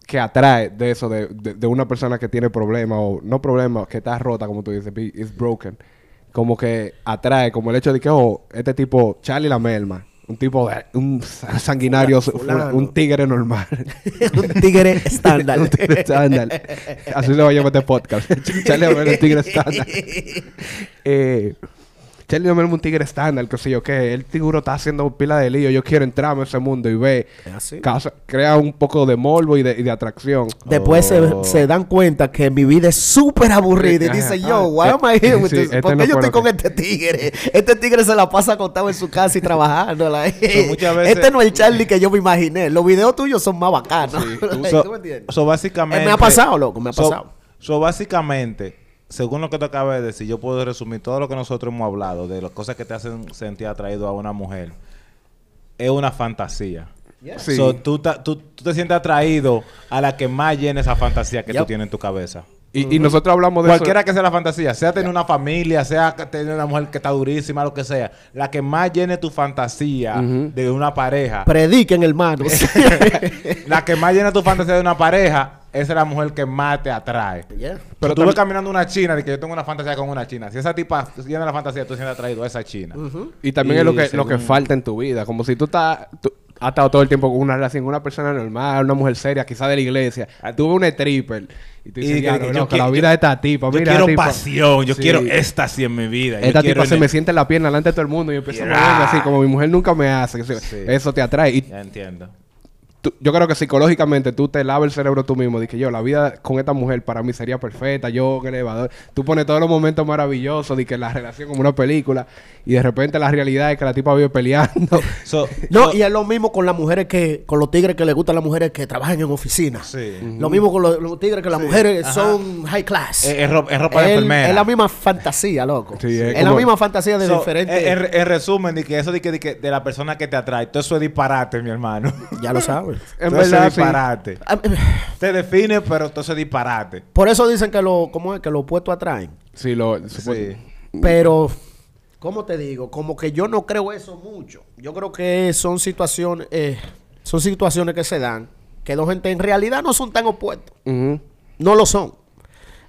que atrae de eso, de, de- de una persona que tiene problemas o no problemas, que está rota, como tú dices, be- is broken. Como que atrae, como el hecho de que, oh, este tipo, Charlie la melma, un tipo, de, un sa- sanguinario,
Fula-
fula-
fulano.
un tigre normal.
un tigre estándar.
Un (laughs) tigre estándar. Así le voy a llamar este podcast. Charlie la melma, un tigre estándar. Eh, Charlie no es un tigre estándar, que sé yo qué. El tiguro está haciendo pila de lío. Yo quiero entrarme en ese mundo y ve.
Es
Ah,
así.
causa- crea un poco de morbo y de, y de atracción.
Después se-
Oh.
se, dan cuenta que mi vida es súper aburrida y
Ajá.
dicen, yo,
Ah,
why
eh,
am I here with
sí,
this?
este
¿Por
no
qué yo
fue
estoy
lo
con
que-
este tigre? Este tigre se la pasa acostado en su casa y trabajando. la-
muchas veces-
Este no es el Charlie que yo me imaginé. Los videos tuyos son más bacanos. (laughs) Like,
So,
¿tú me entiendes?
so, básicamente.
Eh, me ha pasado, loco, me ha
so-
pasado.
so, básicamente, según lo que te acabas de decir, yo puedo resumir todo lo que nosotros hemos hablado de las cosas que te hacen sentir atraído a una mujer. Es una fantasía.
Sí.
So, tú, ta- tú- tú te sientes atraído a la que más llena esa fantasía que tú
Yep.
tienes en tu cabeza.
Y, y nosotros hablamos de
Cualquiera
eso.
que sea la fantasía, sea tener una familia, sea que tener una mujer que está durísima, lo que sea, la que más llene tu fantasía de una pareja,
Prediquen,
(laughs)
hermanos. (laughs)
la que más llena tu fantasía de una pareja, esa es la mujer que más te atrae.
Yeah.
Pero
Pero
tú
tam-
ves caminando una china, de que yo tengo una fantasía con una china. Si esa tipa llena la fantasía, tú sientes atraído a esa china.
Y también
Y
es lo que, lo que
según-
falta en tu vida. Como si tú estás... tú has estado todo el tiempo con una relación con una persona normal, una mujer seria, quizá de la iglesia. Tuve una stripper. Y
Ah. Y
tú dices,
que-
"Ya,
que
no,
yo
loco,
quiero-
la vida
yo-
de esta tipa.
Yo
Pues mira,
quiero
tipa.
pasión, yo
Sí.
quiero éxtasis en mi vida. yo
Esta
quiero
tipa se
en
me
el-
siente en la pierna delante de todo el mundo y yo empiezo
Yeah.
a moverme así, como mi mujer nunca me hace. que sé-
Sí.
Eso te atrae. Y
Ya entiendo.
tú- yo creo que psicológicamente tú te lavas el cerebro tú mismo. Dije yo, la vida con esta mujer para mí sería perfecta. Yo, en el elevador. Tú pones todos los momentos maravillosos. de que la relación como una película. Y de repente la realidad es que la tipa
(laughs)
vive peleando.
So,
No,
so-
y es lo mismo con las mujeres que, con los tigres que les gustan las mujeres que trabajan en oficinas.
Sí.
Lo mismo con los, los tigres que las mujeres son high class.
Eh, es, ro- es ropa de
Es-
enfermera.
Es la misma fantasía, loco.
Sí, es
es la
como-
misma fantasía de
So,
diferentes.
eh, En, en resumen, de que eso de, que, de que- de la persona que te atrae, todo eso es disparate, mi hermano.
Ya lo sabes.
(laughs)
En
Todo eso
verdad,
es
sí.
disparate.
Ah, eh,
Te define, pero todo eso es disparate.
Por eso dicen que lo, ¿cómo es? que los opuestos atraen.
Sí, lo...
Sí.
Pero, ¿cómo te digo? Como que yo no creo eso mucho. Yo creo que son situaciones, eh, son situaciones que se dan, que dos gente en realidad no son tan opuestos.
Ujú.
No lo son.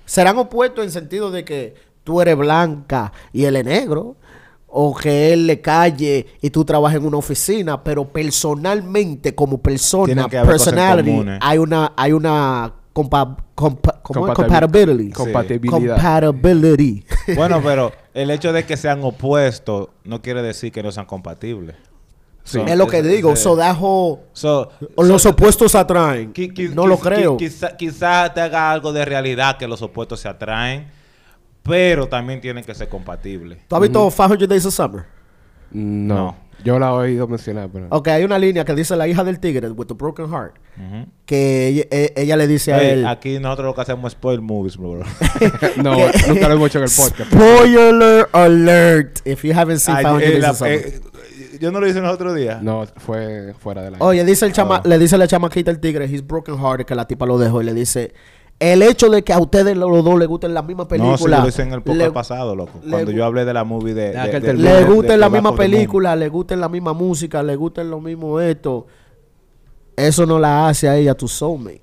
Serán opuestos en sentido de que tú eres blanca y él es negro, o que él le calle y tú trabajas en una oficina, pero personalmente, como persona,
Tienen que haber cosas en
personality,
comunes.
hay una, hay una compa, compa- ¿cómo es? compatibility.
Compatibil- Compatibilidad.
Compatibility. (laughs)
Bueno, pero el hecho de que sean opuestos no quiere decir que no sean compatibles.
Sí.
es lo que
Eso-
digo,
eso-
sodajo.
So,
los opuestos atraen.
qui- qui-
no lo
qui-
creo.
qui- Quizá, quizá te haga algo de realidad que los opuestos se atraen, pero también tienen que ser compatibles.
¿Tú has visto 500 Days of Summer?
No.
No.
Yo la he oído mencionar, pero...
Ok, hay una línea que dice la hija del tigre, with the broken heart,
Ujú.
que ella, eh, ella le dice a
Ey,
él.
aquí nosotros lo que hacemos es spoil
(laughs)
movies, bro.
(laughs)
(laughs)
no, (laughs) nunca lo hemos hecho en el podcast.
Spoiler alert. If you haven't seen
(laughs) Ay,
500
eh,
Days
la-
of Summer.
eh, yo no lo hice los otros días.
No, fue fuera de la...
Oye, dice el chama,
Oh.
le dice la chamaquita el tigre, he's broken hearted, que la tipa lo dejó y le dice, el hecho de que a ustedes los dos les gusten la misma
No, sí, yo
película,
lo hice en el podcast
le-
pasado, loco.
le
Cuando
gu-
yo hablé de la movie de...
Ah,
de-
que
de-
te-
de-
le
de- de
gusten la
Back
misma
of the Moon.
película, le gusten la misma música, le gusten lo mismo esto, eso no la hace a ella tu soulmate.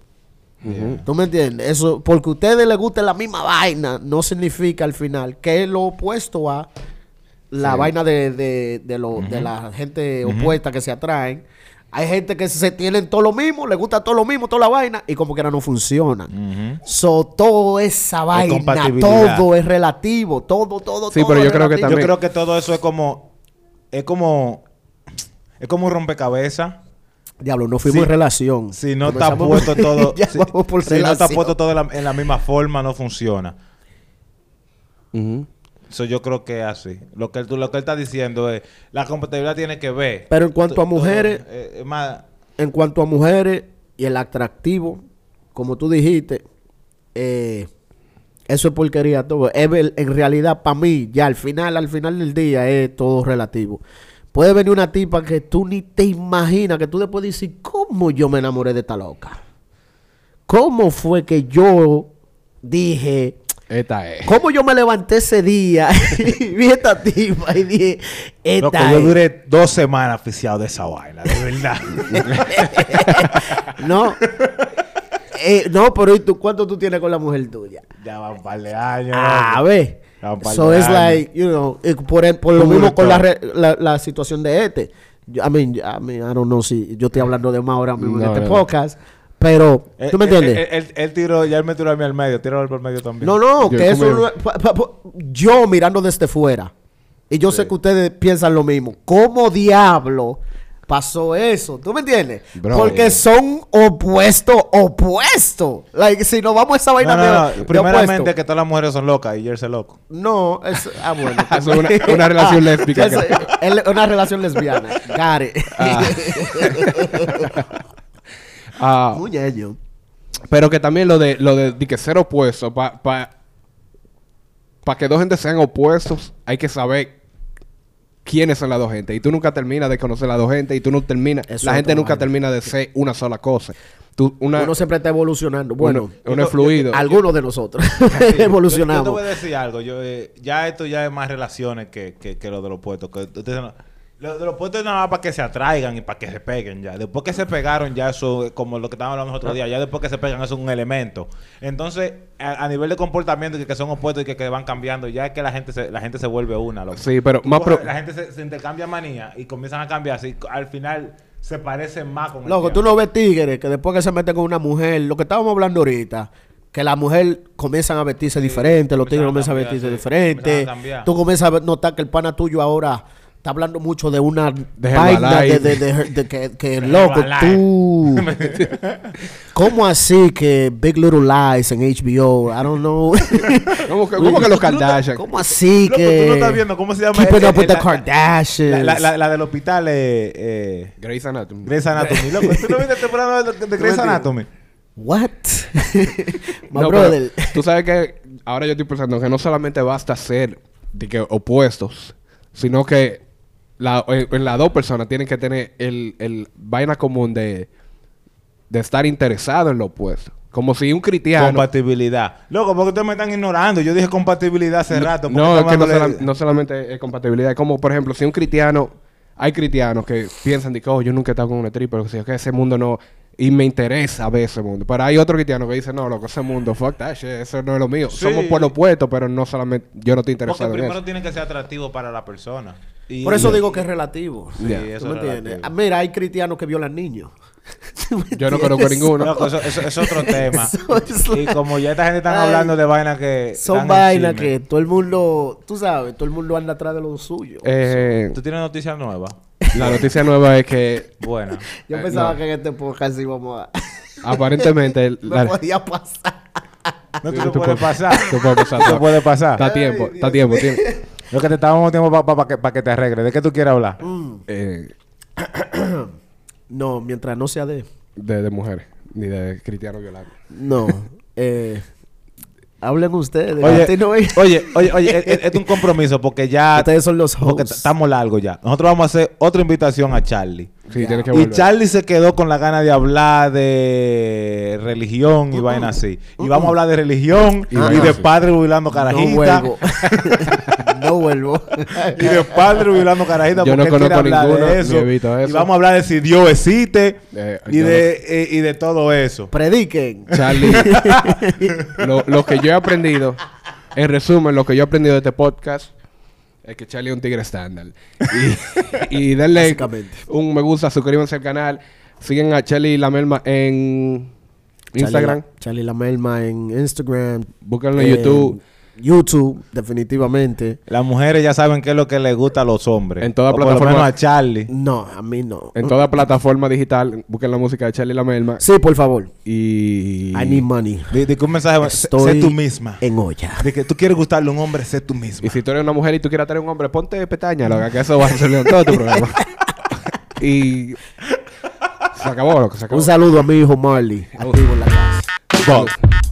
¿Tú me entiendes? Eso, porque a ustedes les guste la misma vaina, no significa al final que es lo opuesto a la vaina de, de, de lo- de la gente opuesta que se atraen. Hay gente que se tienen todo lo mismo, les gusta todo lo mismo, toda la vaina, y como que ahora no funcionan.
Ujú.
So, todo esa vaina,
compatibilidad.
todo es relativo, todo, todo,
Sí,
todo
pero
es
yo creo que
relativo.
también-
Yo creo que todo eso es como... Es como... Es como un rompecabezas.
Diablo, no fuimos
Sí.
en relación.
Si no está
Comenzamos- (laughs)
puesto todo...
Ya
si
vamos por
si no está
relación.
puesto todo en la, en la misma forma, no funciona.
Ujú.
Eso yo creo que es así. Lo que, él- lo que él está diciendo es... La compatibilidad tiene que ver...
Pero en cuanto a
Todo-
mujeres-
eh, eh, más,
En cuanto a mujeres y el atractivo, como tú dijiste, eh, eso es porquería todo. Es ver- en realidad, para mí, ya al final, al final del día, es todo relativo. Puede venir una tipa que tú ni te imaginas, que tú después dices, ¿cómo yo me enamoré de esta loca? ¿Cómo fue que yo dije,
Esta es...
cómo yo me levanté ese día (laughs) y vi esta tipa y dije, esta
Loco, yo
es"?
duré dos
(laughs)
semanas oficiado de esa vaina, de verdad.
No. eh, no, pero ¿y tú cuánto tú tienes con la mujer tuya?
Ya van un par de años.
A ver.
Ya van un par
So
de
it's
años.
like, you know, eh, por, el- por lo
Tú
mismo con la,
eres
re- la, la situación de este. Yo, I, mean, I mean, I don't know si yo estoy hablando de más ahora mismo en
No,
este
no.
podcast, pero
Eh,
¿tú me
eh,
entiendes?
eh, Él, él tiró, ya él me tiró a mí al medio, tiró al por medio también.
no, no,
Yo
que eso
como-
no- pa- pa- pa- yo mirando desde fuera. Y yo sé que ustedes piensan lo mismo. ¿Cómo diablo pasó eso? ¿Tú me entiendes?
Bro.
Porque son opuestos, opuestos. Like, si nos vamos a esa vaina
no,
de-
no,
de
no. Primeramente
opuesto.
que todas las mujeres son locas y Jersey loco.
No, es. Ah, bueno.
(laughs) Eso es una- una relación lésbica.
(laughs) Eso es- es una relación lesbiana. Gare.
(laughs)
Ah,
(laughs) Muñeño.
Pero que también lo de lo de, de que ser opuesto, para pa, pa que dos gentes sean opuestos, hay que saber quiénes son las dos gentes. Y tú nunca terminas de conocer las dos gentes y tú no terminas.
Es
la gente
otra
nunca
vaina.
termina de ser una sola cosa. Tú, una,
Uno siempre está evolucionando. Bueno,
uno- uno es fluido.
algunos de
(laughs)
nosotros
Yo, yo
(laughs)
te
evolucionamos.
voy a decir algo. Yo, eh, ya esto ya es más relaciones que, que, que lo de los puestos. Que ustedes no- lo de los puestos es nada más para que se atraigan y para que se peguen ya. Después que se pegaron ya eso, eh, como lo que estábamos hablando el otro día, ya después que se pegan eso es un elemento. Entonces, a, a nivel de comportamiento que, que son opuestos y que, que van cambiando, ya es que la gente se, la gente se vuelve una. loco.
sí, pero
Tú
más
coges-
pro-
La gente se, se intercambia manía y comienzan a cambiar así. Al final se parecen más con el
Loco, tú
tiempo.
no ves tigres que después que se meten con una mujer, lo que estábamos hablando ahorita, que la mujer comienzan a vestirse diferente, los tigres
comienzan
comienzan a vestirse
a cambiar, sí,
diferente.
comienzan a cambiar.
Tú comienzas a notar que el pana tuyo ahora está hablando mucho de una vaina de,
Herbalife.
de- de- de- que, que,
De
loco,
Herbalife.
tú. (laughs) ¿Cómo así que Big Little Lies en HBO? I don't know.
(laughs) ¿Cómo, que, cómo que los Kardashian?
¿Cómo así
Loco,
que
tú no estás viendo cómo se llama
Keeping
ese-
up with
la-
the Kardashians?
La, la, la- la del hospital eh, eh,
Grey's Anatomy.
Grey's Anatomy. Loco, ¿tú no viste la temporada de, de Grey's Anatomy?
What? (laughs) My
No, pero
brother.
(laughs) Tú sabes que ahora yo estoy pensando que no solamente basta ser de que opuestos, sino que la- en, en las dos personas tienen que tener el, el vaina común de, de estar interesado en lo opuesto. Como si un cristiano...
Compatibilidad. Loco, ¿por qué ustedes me están ignorando? Yo dije compatibilidad hace rato. ¿por qué
no, es
están
que no,
dándole-
solam- no solamente es compatibilidad. Es como, por ejemplo, si un cristiano... Hay cristianos que piensan de que, oh, yo nunca he estado con un stripper, pero si es que ese mundo no... Y me interesa ver ese mundo. Pero hay otro cristiano que dice, no, loco, ese mundo, fuck that shit, eso no es lo mío.
Sí.
Somos por lo opuesto, pero no solamente... Yo no estoy
Porque
interesado en
primero
eso.
tiene que ser atractivo para la persona. Y-
Por eso digo que es relativo.
Sí,
Ya.
eso
¿Tú me
es
entiendes?
relativo.
Ah, Mira, hay cristianos que violan niños. ¿Tú me
Yo no
entiendes?
conozco ninguno.
Loco, eso, eso- eso
(laughs)
es otro tema.
Eso es
y
la-
como ya esta gente están
Ay,
hablando de vainas que.
Son
están en
vainas que
chisme.
todo el mundo, tú sabes, todo el mundo anda atrás de lo suyo.
(laughs) Eh,
¿Tú tienes noticias nuevas?
la noticia nueva es que
(laughs)
Buena.
Yo
eh,
pensaba
no.
que en este podcast íbamos a... (laughs)
(laughs)
aparentemente... el-
no
la- (laughs)
podía pasar.
No te
Sí,
lo
tú
puede
puedes-
pasar.
tú puedes pasar.
Te puede
Está a
pasar.
tiempo,
Ay,
está a
Dios
tiempo. tiene-
Lo que te estábamos tiempo para que, pa que te arregles. ¿De qué tú quieres hablar?
Mm,
eh,
No, mientras no sea de...
de, de mujeres, ni de cristianos violando.
No. (laughs) eh, hablen ustedes.
Oye,
Martín, no ve-
Oye, oye, oye, e, es, es- es un compromiso porque
(laughs)
ya
ustedes son los
porque
hosts.
t- estamos largos ya. Nosotros vamos a hacer otra invitación a Charlie.
Sí, tienes que
Y
volver.
Charlie se quedó con la gana de hablar de religión
Mm.
y vaina así. Y vamos a hablar de religión y,
Y vaina
de
así.
padre jubilando
No
carajita. (laughs)
vuelvo. (laughs) no vuelvo.
y de padre jubilando carajita
(laughs) Yo no
porque él quiere
conozco
hablar de
ninguno, ni he visto
Y
eso.
vamos a hablar de si Dios existe
Eh,
y,
yo
de, eh, y de todo eso.
Prediquen. (laughs)
Charlie, lo, lo que yo he aprendido, en resumen, lo que yo he aprendido de este podcast es que Charlie es un tigre estándar. Y, (laughs) y denle
Básicamente.
un me gusta, suscríbanse al canal, siguen a Charlie La Melma en Instagram,
Charlie, Charlie La Melma en Instagram.
búsquenlo en
en
YouTube.
YouTube, definitivamente.
Las mujeres ya saben qué es lo que les gusta a los hombres.
En
O
toda
por lo
plataforma.
menos a Charlie.
No, a mí no.
En toda plataforma digital, busquen la música de Charlie La Melma.
Sí, por favor.
Y.
I need money.
Di, di que un mensaje. bueno, sé-
Estoy
sé tú misma.
en olla.
De que tú quieres gustarle a un hombre, sé tú
Y
misma.
si tú eres una mujer y tú quieres tener un hombre, ponte pestaña, loca, que eso va a resolver todo tu problema. y. Se acabó, loco, se acabó. Oh.
Un saludo a mi hijo Marley. Activo en la casa.
Fuck.